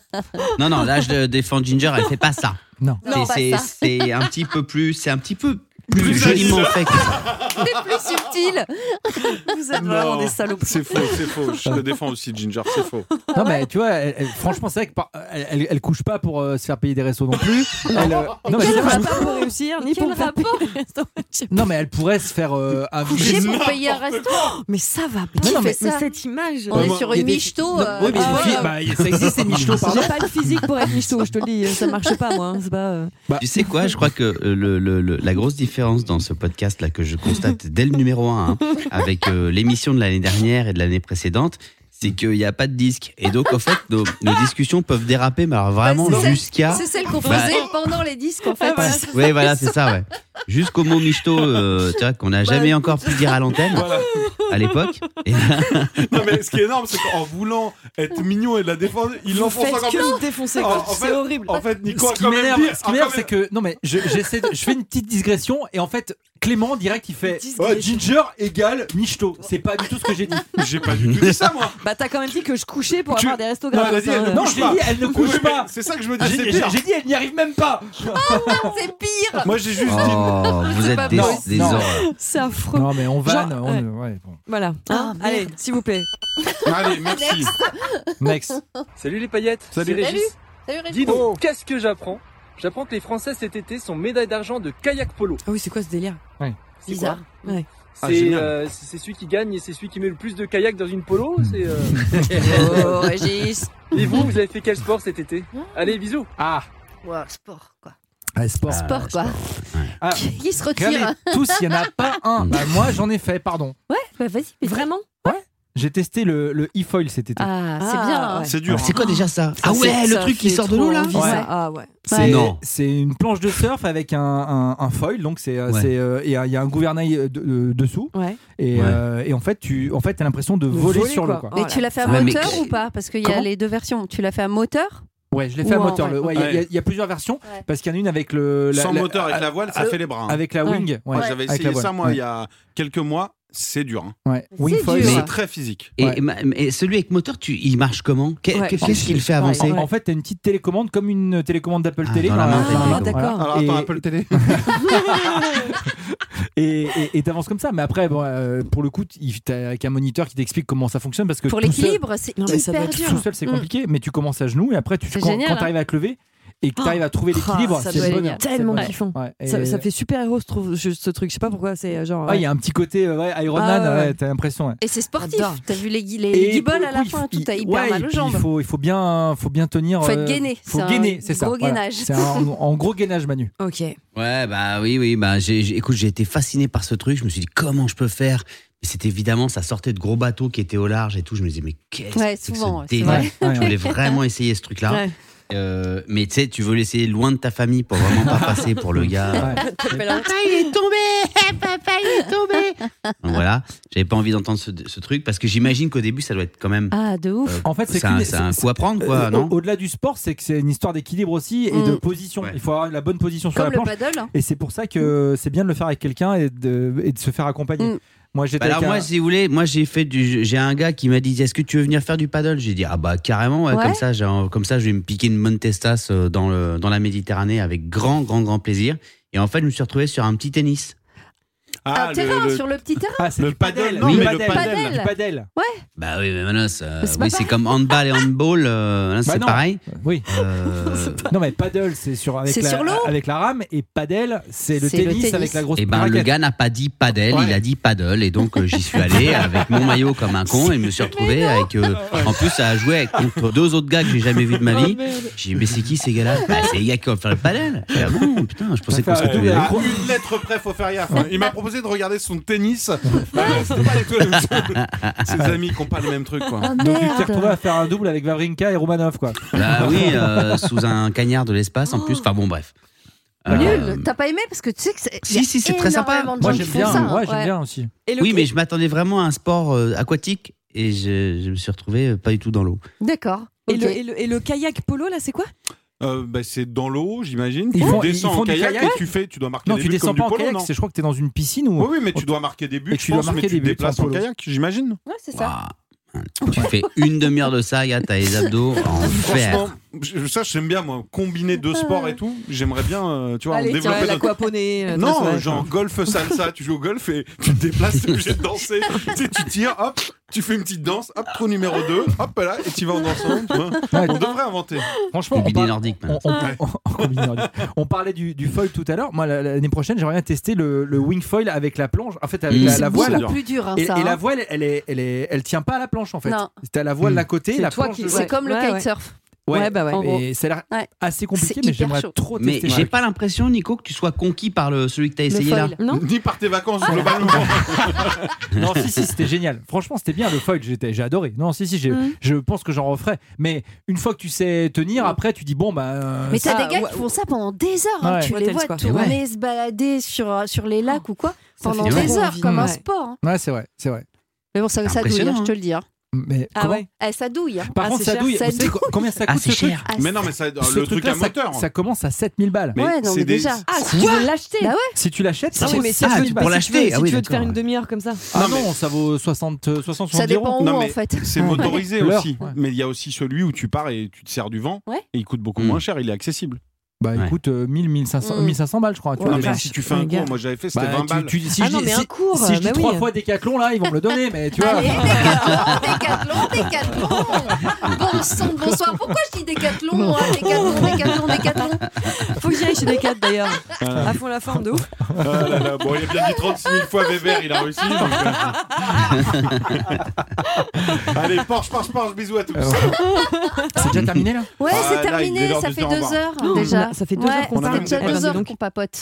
S2: Non, non, là, je défends Ginger, elle fait pas ça.
S4: Non.
S2: C'est-
S5: Non, pas
S2: c'est-
S5: ça.
S2: C'est un petit peu plus, c'est un petit peu
S8: Plus
S2: plus joliment fait que ça.
S5: C'est plus subtil.
S7: Vous êtes
S8: Non.
S7: vraiment des salopes.
S8: C'est faux, c'est faux. Je te défends aussi, Ginger, c'est faux.
S4: Non, mais tu vois, elle- elle- franchement, c'est vrai que par- elle, elle- elle couche pas pour euh, se faire payer des restos non plus. Elle, euh, non, mais
S7: Quel
S4: c'est vrai.
S7: rapport pour réussir, ni
S5: Quel
S7: pour faire
S5: rapport
S7: payer les restos. Je sais pas.
S4: Non, mais elle pourrait se faire euh, inviter.
S5: J'ai pour payer un resto.
S7: Mais ça va pas.
S5: Qui
S4: non,
S5: fait
S4: mais-
S5: ça
S7: cette image.
S5: On
S4: Ouais,
S5: est
S4: moi,
S5: sur
S4: il y a
S5: une
S4: des-
S5: michto. euh,
S4: Oui, mais
S5: ah,
S4: les filles,
S5: ouais.
S4: bah, ça existe, les michetots, pardon.
S7: J'ai pas le physique pour être michto, je te le dis, ça marche pas moi, hein, c'est pas. euh.
S2: Tu sais quoi, je crois que euh, le, le- le- la grosse différence dans ce podcast hein, là que je constate dès le numéro 1 avec euh, l'émission de l'année dernière et de l'année précédente, c'est qu'il n'y a pas de disque. Et donc, en fait, nos, nos discussions peuvent déraper, mais alors vraiment
S5: Bah, c'est celle-
S2: jusqu'à.
S5: C'est celle qu'on
S2: Bah,
S5: faisait pendant les disques,
S4: Ah,
S5: en fait.
S2: Oui, voilà, c'est ça, ouais. Jusqu'au mot michto, euh, tu vois, qu'on n'a jamais encore pu dire à l'antenne, à l'époque. Et là,
S8: Non, mais ce qui est énorme, c'est qu'en voulant être mignon et de la défendre, il
S7: Vous
S8: l'enfonce
S7: faites
S8: encore
S7: que
S8: plus.
S7: nous défoncer,
S8: En-
S7: quoi.
S8: en
S7: C'est
S8: fait-
S7: horrible.
S8: En fait, Nico a
S4: ce qui
S8: quand même
S4: m'énerve,
S8: dit.
S4: ce qui m'énerve, c'est que non mais je, j'essaie de- je fais une petite digression et en fait Clément direct il fait Ouais, Ginger égale Michto. C'est pas du tout ce que j'ai dit.
S8: J'ai pas du tout dit ça moi.
S7: Bah t'as quand même dit que je couchais pour avoir des restos
S4: Non,
S7: gratos,
S4: vas-y,
S7: hein.
S4: elle ne Non, couche je l'ai pas. ah, dit, elle ne couche
S8: Oui, mais
S4: pas.
S8: C'est ça que je me dis,
S4: J'ai-
S8: c'est
S4: j'ai-
S8: pire.
S4: j'ai dit, elle n'y arrive même pas.
S5: c'est pire.
S8: Moi, j'ai juste
S2: Oh,
S8: dit.
S2: vous êtes des, des horreurs.
S7: C'est affreux.
S4: Non mais on vanne,
S7: Genre,
S4: on-
S7: ouais.
S4: ouais, bon.
S7: Voilà. hein. Allez, s'il vous plaît.
S4: Ah.
S8: Allez,
S7: merci.
S4: Next.
S15: Salut les paillettes.
S4: Salut.
S15: c'est Régis.
S5: Salut Régis.
S15: Dis donc, qu'est-ce que j'apprends J'apprends que les Français cet été sont médailles d'argent de kayak polo.
S7: Ah oui, c'est quoi ce délire
S15: C'est
S7: Bizarre. Ouais.
S4: Ah,
S15: C'est euh, c'est- c'est celui qui gagne et c'est celui qui met le plus de kayak dans une polo. C'est. euh,
S7: Oh, Régis.
S15: Et vous, vous avez fait quel sport cet été Allez, bisous.
S4: Ah.
S5: sport, quoi.
S4: Ah, sport.
S2: bah,
S5: Sport, quoi.
S4: Ah,
S5: Qui se retire
S4: regardez, tous, il y en a pas un. Bah, moi j'en ai fait, pardon.
S5: Ouais, bah vas-y.
S7: Vraiment
S4: J'ai testé le, le e-foil cet été.
S5: Ah, c'est bien. ouais.
S4: hein.
S2: C'est quoi déjà ça Ah
S4: c'est-
S2: ouais, le
S4: ça
S2: truc qui
S4: fait
S2: sort de
S4: trop
S2: l'eau là
S4: envie, ça. Ouais.
S7: Ah ouais.
S4: C'est
S2: Non.
S4: c'est une planche de surf avec un, un- un foil, donc c'est euh,
S2: Ouais.
S4: c'est, euh, et, euh, il y a un gouvernail euh, de- euh, dessous.
S7: Ouais.
S4: Et,
S2: Ouais.
S4: euh, et en fait, tu en fait, t'as l'impression de voler,
S7: voler,
S4: sur l'eau.
S7: quoi.
S4: quoi.
S5: Mais tu l'as fait à
S4: Ouais, mais
S5: moteur
S4: que-
S5: ou pas Parce qu'il y a
S4: Comment Euh,
S5: les deux versions. Tu l'as fait à moteur
S4: Ouais, je l'ai fait à
S5: Ou en-
S4: moteur. le- ouais, Il y a- il y, a-
S8: Ouais.
S4: il y a plusieurs versions parce qu'il y en a une avec le la-
S8: Sans
S4: la-
S8: moteur avec la voile, ça
S4: le-
S8: fait les bras. hein.
S4: Avec la wing. ouais.
S8: Moi,
S4: Avec
S8: J'avais
S4: la
S8: essayé ça
S4: voile,
S8: moi
S4: ouais.
S8: il y a quelques mois. C'est dur. hein.
S4: Ouais. Wing foil.
S8: C'est très physique.
S2: Et, et ma- et celui avec moteur, tu, il marche comment Qu'est-
S4: Ouais.
S2: Qu'est-ce qu'il fait avancer
S4: En, en fait, t'as une petite télécommande comme une euh, télécommande d'Apple
S2: Ah,
S4: Télé.
S2: dans la main, t'as une télécommande.
S8: Alors, attends, Apple
S4: Télé. et et- et t'avances comme ça. Mais après, bon, euh, pour le coup, t- il- t'as avec un moniteur qui t'explique comment ça fonctionne parce que
S5: Pour
S4: tout seul-
S5: l'équilibre, c'est
S7: Non, mais ça doit
S5: hyper
S7: être
S5: dur.
S4: tout seul c'est
S5: Mm.
S4: compliqué, mais tu commences à genoux et après tu
S5: C'est
S4: quand,
S5: génial,
S4: quand
S5: hein. Ah,
S4: t'arrives à te lever et que t'arrives à trouver l'équilibre,
S7: ça
S4: c'est
S7: doit
S4: le
S7: être
S4: bonheur. C'est le
S7: tellement
S4: bonheur.
S7: kiffant.
S4: Ouais, et-
S7: Ça, ça fait super héros, je trouve, je- ce truc. Je sais pas pourquoi, c'est euh, genre.
S4: Ah, il y a un petit côté euh, ouais, Iron
S7: Ah,
S4: Man,
S7: ouais,
S4: ouais,
S7: ouais.
S4: t'as l'impression. ouais.
S5: Mm. Et c'est sportif.
S7: J'adore.
S5: T'as vu les, gui- les,
S4: Et
S5: les guibolles
S4: pour le
S5: à la
S4: coup, il
S5: fin,
S4: faut-
S5: tout a
S4: il-
S5: hyper
S4: ouais,
S5: mal
S4: et
S5: aux
S4: puis
S5: jambes.
S4: Il faut, il faut bien, faut bien tenir.
S5: Faut être
S4: euh,
S5: gainé, c'est
S4: Faut
S5: un
S4: gainer, c'est ça.
S5: gros
S4: voilà.
S5: gainage.
S4: C'est un, en gros gainage, Manu.
S7: Ok.
S2: Ouais, bah oui, oui. Bah, j'ai, j'ai- écoute, j'ai été fasciné par ce truc. Je me suis dit, comment je peux faire Mais c'était évidemment, ça sortait de gros bateaux qui étaient au large et tout. Je me disais, mais qu'est-ce
S5: Ouais,
S2: que c'est que
S5: souvent, ouais,
S2: ce
S5: c'est
S2: délire
S5: vrai. Ouais, ouais.
S2: Je voulais vraiment essayer ce truc-là.
S7: Ouais.
S2: Euh, mais tu sais, tu veux l'essayer loin de ta famille pour vraiment pas passer pour le gars.
S7: Papa,
S16: il est tombé Papa, il est tombé
S2: Donc voilà, j'avais pas envie d'entendre ce, ce truc parce que j'imagine qu'au début, ça doit être quand même.
S5: Ah, de ouf.
S2: euh,
S4: En fait, c'est
S2: un,
S4: qu'une-
S2: c'est un
S4: c'est-
S2: coup à prendre, quoi,
S4: Euh,
S2: non
S4: au- Au-delà du sport, c'est que c'est une histoire d'équilibre aussi et
S5: Mm.
S4: de position. Il faut avoir la bonne position sur
S5: Comme
S4: la
S5: le
S4: planche.
S5: paddle. hein.
S4: Et c'est pour ça que c'est bien de le faire avec quelqu'un et de, et de se faire accompagner.
S5: Mm.
S4: Moi, j'étais
S2: Bah alors
S4: avec
S2: moi,
S4: un-
S2: si vous voulez, moi j'ai fait du, j'ai un gars qui m'a dit, est-ce que tu veux venir faire du paddle J'ai dit ah bah carrément, ouais,
S5: Ouais.
S2: comme ça, j'ai un- comme ça, je vais me piquer une Montestas euh, dans le dans la Méditerranée avec grand grand grand plaisir. Et en fait, je me suis retrouvé sur un petit tennis.
S5: Ah, terrain, sur le petit terrain.
S4: Ah, c'est
S8: Le
S4: du
S8: paddle,
S4: paddle.
S8: non,
S4: Oui,
S8: mais
S4: le
S8: le
S4: paddle.
S5: Paddle.
S8: paddle.
S4: Du paddle.
S5: Ouais.
S2: Bah oui, mais Manos, euh,
S5: Mais c'est pas
S2: oui, c'est comme handball et handball, euh, là,
S4: Bah
S2: c'est
S4: non.
S2: pareil.
S4: Oui.
S2: Euh,
S4: Non mais paddle c'est sur avec
S5: C'est
S4: la
S5: sur l'eau
S4: avec la rame et paddle c'est le,
S5: C'est le
S4: tennis
S5: tennis.
S4: avec la grosse
S2: et ben le
S4: raquette.
S2: gars n'a pas dit paddle, il a dit paddle et donc euh, j'y suis allé avec mon maillot comme un con et je me suis retrouvé avec euh, en plus à jouer avec- contre deux autres gars que j'ai jamais vus de ma vie. J'ai dit mais c'est qui ces gars-là Bah, c'est les gars qui vont faire le paddle. Et, ah bon putain, je pensais qu'on se
S8: Euh,
S2: retrouvait
S8: à
S2: avec eux.
S8: une lettre près, faut faire gaffe. hein. Il m'a proposé de regarder son tennis. Euh, C'était pas du tout la même chose. Ses amis qui ont pas le même truc. Quoi.
S5: Ah,
S4: donc tu t'es retrouvé à faire un double avec Vavrinka et Romanov quoi.
S2: Bah oui, euh, sous un cagnard de l'espace en plus. Enfin bon, bref. Euh,
S5: Nul. T'as pas aimé parce que tu sais que c'est.
S2: Si, si, c'est très sympa.
S4: Moi j'aime bien
S5: hein,
S4: ouais, j'aime bien aussi.
S2: Oui, mais je m'attendais vraiment à un sport euh, aquatique et je, je me suis retrouvé euh, pas du tout dans l'eau.
S5: D'accord.
S7: Et,
S5: ok.
S7: le, et le- et le kayak polo, là, c'est quoi
S8: Euh, bah, c'est dans l'eau, j'imagine.
S4: Ils
S8: tu
S4: font-
S8: descends
S4: ils font
S8: en
S4: du
S8: kayak,
S4: kayak.
S8: et tu fais, tu dois marquer
S4: Non
S8: des
S4: tu
S8: buts
S4: descends
S8: comme du
S4: pas en
S8: polo,
S4: kayak,
S8: non
S4: c'est- je crois que t'es dans une piscine ou.
S8: Oui, oui, mais tu dois marquer des buts.
S4: Et
S8: je
S4: tu dois
S8: pense,
S4: marquer des
S8: mais tu te
S4: buts en
S8: déplaces en
S4: polo.
S8: kayak, j'imagine.
S5: Ouais, c'est ça.
S2: Waouh. Tu fais une demi-heure de ça, gars, t'as les abdos en fer.
S8: Franchement, je- ça j'aime bien moi, combiner deux sports et tout. J'aimerais bien, euh, tu vois, en
S7: Allez, tiens,
S8: développer. d'autres-
S7: l'aquaponé. euh,
S8: non,
S7: tout ça, ouais.
S8: genre golf salsa, tu joues au golf et tu te déplaces, t'es obligé de danser. tu, sais, tu tires, hop, tu fais une petite danse, hop, trou numéro 2, hop là, et tu vas en dansant. tu vois. On devrait inventer.
S4: Franchement on
S2: Combiné
S4: parle-
S2: nordique,
S4: on,
S2: maintenant.
S4: on- on- on combine nordique. On parlait du, du foil tout à l'heure. Moi, la- la- l'année prochaine, j'aimerais bien tester le, le wing foil avec la planche. En fait,
S2: Mm.
S4: avec
S8: Mmh.
S4: la,
S8: C'est
S4: la
S8: beaucoup
S4: voile.
S5: plus dur, hein,
S4: et,
S5: ça,
S4: et
S5: hein.
S4: la voile, elle, est, elle, est, elle tient pas à la planche en fait.
S5: Non.
S4: T'as la voile d'un côté,
S7: Hmm. C'est
S4: la
S7: toi
S4: planche
S7: qui-
S4: de l'autre.
S5: C'est comme le
S7: Ouais, ouais.
S5: kitesurf.
S4: Ouais,
S7: bah ouais. en gros.
S4: Et ça a l'air
S5: Ouais.
S4: assez compliqué,
S5: C'est
S4: mais
S5: hyper
S4: j'aimerais
S5: chaud.
S4: trop
S2: Mais
S4: tester.
S2: j'ai pas l'impression, Nico, que tu sois conquis par le, celui que t'as essayé là.
S8: Ni par tes vacances,
S4: Ah,
S8: globalement.
S4: non, si, si, c'était génial. Franchement, c'était bien le foil, j'étais- j'ai adoré. Non, si, si, j'ai-
S5: Mm.
S4: je pense que j'en referai. Mais une fois que tu sais tenir, après, tu dis bon, bah. euh,
S5: Hmm. Mais t'as
S4: ça-
S5: des gars qui font ça pendant des heures. hein.
S4: Ouais.
S5: Tu les
S4: Hotels,
S5: vois
S4: quoi.
S5: tourner,
S4: Ouais.
S5: se balader sur, sur les lacs ou quoi
S4: Ça
S5: pendant
S4: fait
S5: des
S4: trop
S5: heures,
S4: envie.
S5: comme un
S4: Ouais.
S5: sport. hein.
S4: Ouais, c'est vrai, c'est vrai.
S5: Mais bon, ça, ça douille,
S4: Impressionnant,
S5: hein, je te le dis. hein.
S4: Mais comment-
S5: Eh, ça douille. hein.
S4: Par contre, ça douille. Vous savez co- combien ça coûte ce truc
S5: Ah,
S8: Mais non, mais ça-
S4: Ce
S8: le truc
S4: truc-là,
S8: à
S4: ça-
S8: moteur. hein.
S4: Ça commence à 7000 balles.
S8: Mais Ouais, non, c'est mais des- déjà.
S7: Ah, si tu veux l'acheter
S5: Bah ouais.
S4: Si tu l'achètes,
S7: Ah
S4: ça
S7: oui,
S4: vaut-
S7: mais si tu veux- si
S2: Ah
S7: tu veux- si tu veux te faire une demi-heure comme ça.
S4: Ah non, ça vaut 60, euh, 60
S5: Ça
S4: 70 euros.
S5: dépend où,
S8: Non,
S5: en
S8: mais
S5: fait.
S8: C'est
S4: Ouais.
S8: motorisé
S4: L'heure,
S8: aussi.
S4: ouais.
S8: Mais il y a aussi celui où tu pars et tu te sers du vent.
S5: Ouais.
S8: Et il coûte beaucoup moins cher, il est accessible.
S4: Bah écoute, euh, 1000, 1500,
S8: Mm.
S4: 1500 balles, je crois.
S8: non,
S4: vois,
S8: mais
S4: déjà.
S8: si tu fais un
S4: Bah,
S8: cours, moi j'avais fait, c'était
S4: tu-
S8: 20 balles.
S4: tu- si
S7: Ah
S4: je
S7: non,
S4: dis-
S7: mais un
S4: si-
S7: cours,
S4: Si je dis
S7: bah oui. Ah
S4: trois fois Décathlon, là, ils vont me le donner, mais tu vois.
S5: Allez, décathlon, décathlon, décathlon. Bon sang, bonsoir. Pourquoi je dis décathlon, moi Décathlon, décathlon, décathlon.
S7: Faut que j'y aille chez Decat d'ailleurs.
S8: Voilà.
S7: À fond la forme de ouf.
S2: Euh,
S8: Ah là là, bon, il a bien dit 36 000 fois Weber, il a réussi. donc, euh. Allez, Porsche, Porsche, Porsche, bisous à tous.
S4: Euh, C'est déjà terminé là
S5: Ouais,
S8: Ah,
S5: c'est
S8: là,
S5: terminé.
S8: il
S5: ça
S8: est l'heure de
S5: fait
S8: dire au
S5: deux
S8: revoir.
S5: heures
S7: Oh,
S5: déjà.
S7: ça fait deux
S5: Ouais,
S7: heures qu'on
S5: ça fait
S7: parle.
S5: déjà
S7: Eh ben,
S5: deux
S7: dis
S5: heures
S7: donc.
S5: qu'on papote.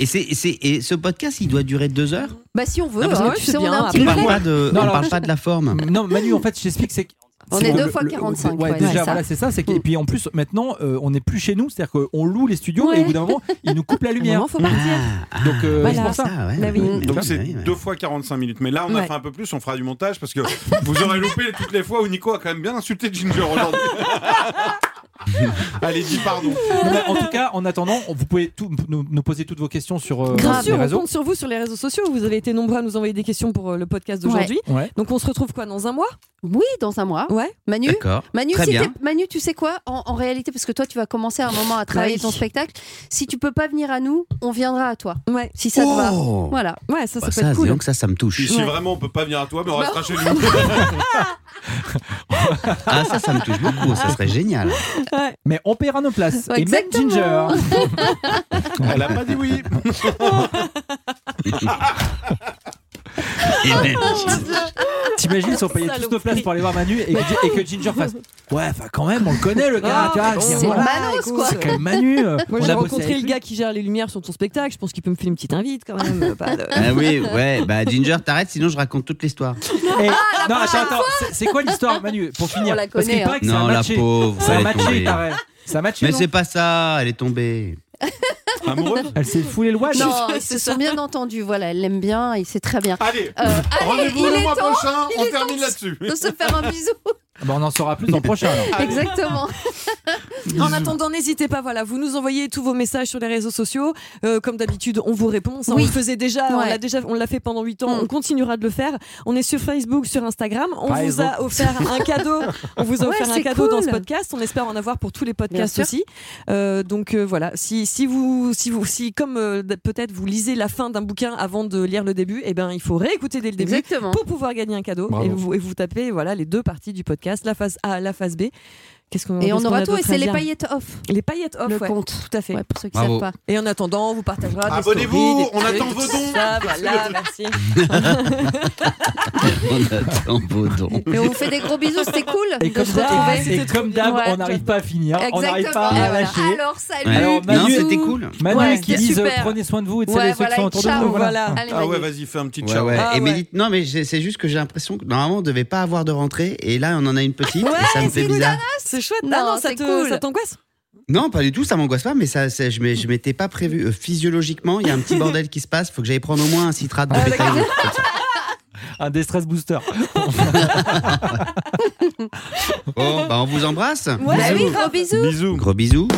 S2: Et, c'est- et c'est- et ce podcast, il doit durer deux heures
S5: Bah si on veut,
S2: Non, parce
S5: hein,
S2: que
S5: tu
S2: c'est
S5: sais, on
S2: bien,
S5: a un
S2: après,
S5: petit
S2: on
S5: break.
S2: parle pas de- on
S4: Ah, bah Non, alors,
S2: parle
S4: je-
S2: pas de la forme.
S4: Non, Manu, en fait, je t'explique, c'est que.
S5: On
S4: c'est
S5: est
S4: que
S5: deux
S4: le-
S5: fois
S4: le-
S5: 45,
S4: Ouais,
S5: ouais, c'est
S4: déjà,
S5: ça.
S4: voilà, c'est ça. c'est que- Et puis en plus, maintenant, euh, on n'est plus chez nous, c'est-à-dire qu'on loue les studios et au bout d'un moment, ils nous coupent la lumière.
S7: moment, faut partir.
S4: Donc, euh,
S7: Voilà.
S4: c'est pour ça.
S7: Ah ouais. Bah oui.
S8: Donc c'est deux fois 45 minutes. Mais là, on a
S7: Ouais.
S8: fait un peu plus, on fera du montage parce que vous aurez loupé toutes les fois où Nico a quand même bien insulté Ginger aujourd'hui. Allez, dis pardon.
S4: Non, mais en tout cas, en attendant, on- vous pouvez tout- nous, nous poser toutes vos questions sur euh,
S7: Bien
S4: les
S7: sûr, on
S4: réseaux.
S7: compte sur vous sur les réseaux sociaux. Vous avez été nombreux à nous envoyer des questions pour euh, le podcast d'aujourd'hui.
S4: Ouais. Ouais.
S7: Donc on se retrouve quoi dans un mois
S5: Oui, dans un mois.
S7: Ouais.
S5: Manu,
S2: D'accord.
S5: Manu,
S2: Très
S5: si
S2: bien.
S5: t'es- Manu, tu sais quoi en, en réalité, parce que toi, tu vas commencer à un moment à travailler
S7: oui.
S5: ton spectacle. Si tu peux pas venir à nous, on viendra à toi.
S7: Ouais.
S5: Si ça te va.
S2: Oh.
S5: Voilà.
S7: Ouais, ça,
S2: Bah, ça, dis donc, ça, ça me touche.
S8: Puis si vraiment on peut pas venir à toi, mais on
S5: Bah
S8: restera chez nous.
S2: Ah, ça, ça me touche beaucoup, ça serait génial.
S4: Mais on paiera nos places.
S5: Ouais,
S4: et même Ginger.
S8: Elle a pas dit oui.
S2: Et même-
S4: T'imagines si on payait tous nos places pour aller voir Manu
S5: Bah
S4: et, que- et que Ginger fasse Ouais, enfin quand même, on le connaît le
S7: Ah,
S4: gars, tu vois.
S7: mais
S4: dire,
S7: c'est
S4: voilà,
S7: Manos,
S4: Oh. écoute,
S7: quoi.
S4: C'est quand même Manu. euh,
S7: Moi
S4: on
S7: j'ai
S4: a bossé
S7: rencontré
S4: avec
S7: le
S4: lui.
S7: gars qui gère les lumières sur ton spectacle. Je pense qu'il peut me filer une petite invite quand même. euh, pas de-
S2: Ah oui, ouais, bah Ginger, t'arrêtes, sinon je raconte toute l'histoire.
S4: Eh, non, attends, attends, c'est- c'est quoi l'histoire, Manu Pour finir,
S5: Ah, On la
S4: parce qu'il
S5: connaît, hein.
S4: paraît que c'est
S2: Non,
S4: un
S2: la
S4: matché.
S2: pauvre,
S4: C'est un
S2: elle est
S4: matché,
S2: tombée.
S4: il paraît. C'est un matché.
S2: Mais
S4: non
S2: c'est pas ça, elle est tombée.
S8: Amoureuse
S4: Elle s'est foulée le watch.
S5: Non, ils se sont bien entendus. Voilà, elle l'aime bien et c'est très bien.
S8: Allez,
S5: Euh, allez,
S8: rendez-vous
S5: il
S8: le
S5: est
S8: mois
S5: temps,
S8: prochain,
S5: il
S8: on
S5: est
S8: termine
S5: temps.
S8: là-dessus.
S5: De se faire un bisou.
S4: Ah bah, on en saura plus dans le prochain. alors.
S5: Exactement.
S7: En attendant, n'hésitez pas, voilà, vous nous envoyez tous vos messages sur les réseaux sociaux. Euh, comme d'habitude, on vous répond. Ça, on
S5: Oui.
S7: le faisait déjà, on
S5: Ouais.
S7: l'a déjà, on l'a fait pendant 8 ans,
S5: Mm.
S7: on continuera de le faire. On est sur Facebook, sur Instagram. On
S4: Par
S7: vous
S4: exemple.
S7: a offert un cadeau. On vous a
S5: Ouais,
S7: offert un
S5: c'est
S7: cadeau dans ce
S5: cool.
S7: podcast. On espère en avoir pour tous les podcasts
S5: Bien sûr.
S7: aussi. Euh, donc euh, voilà, si, si vous, si vous, si comme euh, peut-être vous lisez la fin d'un bouquin avant de lire le début, eh ben il faut réécouter dès le début
S5: Exactement.
S7: pour pouvoir gagner un cadeau.
S4: Bravo.
S7: Et vous, et vous tapez voilà les deux parties du podcast, la phase A, la phase B. Qu'est-ce qu'on
S5: Et
S7: qu'est-ce
S5: on
S7: qu'on
S5: aura
S7: a
S5: tout et
S7: d'autre à
S5: c'est les
S7: dire
S5: paillettes off.
S7: les paillettes off,
S5: Le
S7: ouais.
S5: compte.
S7: Tout à fait.
S5: Ouais, pour ceux qui
S2: Bravo.
S5: savent pas.
S7: Et en attendant, on vous partagera des
S8: Abonnez-vous,
S7: stories, des
S8: on
S7: trucs,
S8: attend vos
S7: tout
S8: dons.
S7: Ça, voilà, merci.
S2: On attend vos dons.
S5: Mais on vous fait des gros bisous, c'était cool.
S4: Et
S5: de
S4: comme
S5: se
S4: d'hab,
S5: retrouver.
S4: et comme d'hab,
S5: Ouais,
S4: on n'arrive pas à finir. On n'arrive
S5: Exactement.
S4: pas à
S5: voilà.
S4: lâcher.
S5: Alors, salut.
S2: Ouais.
S4: Alors,
S2: non,
S4: Manu-
S2: c'était cool.
S4: Manu
S5: Ouais,
S4: qui
S5: c'était
S4: disent euh,
S5: super.
S4: prenez soin de vous et de
S5: Ouais,
S4: celles et ceux qui
S5: voilà,
S4: sont autour de
S5: ciao.
S4: vous. Voilà.
S5: Allez,
S8: Ah ouais,
S5: Manu.
S8: vas-y, fais un petit
S2: Ouais,
S8: ciao.
S2: ouais.
S7: Ah
S2: et mais
S7: ouais.
S2: dites- non, mais j'ai- c'est juste que j'ai l'impression que normalement on devait pas avoir de rentrée et là on en a une petite et ça me
S5: c'est
S2: fait bizarre.
S7: C'est chouette.
S5: Non,
S7: Non, non, ça
S5: c'est
S7: te-
S5: cool.
S7: ça t'angoisse
S2: Non, pas du tout, ça m'angoisse pas, mais ça, c'est- je m'ai- je m'étais pas prévu. Euh, physiologiquement, il y a un petit bordel qui se passe, faut que j'aille prendre au moins un citrate de bétail.
S4: Un déstress booster.
S2: Bon, bah on vous embrasse.
S5: Bah oui, gros bisous.
S8: Bisous.
S2: Gros bisous.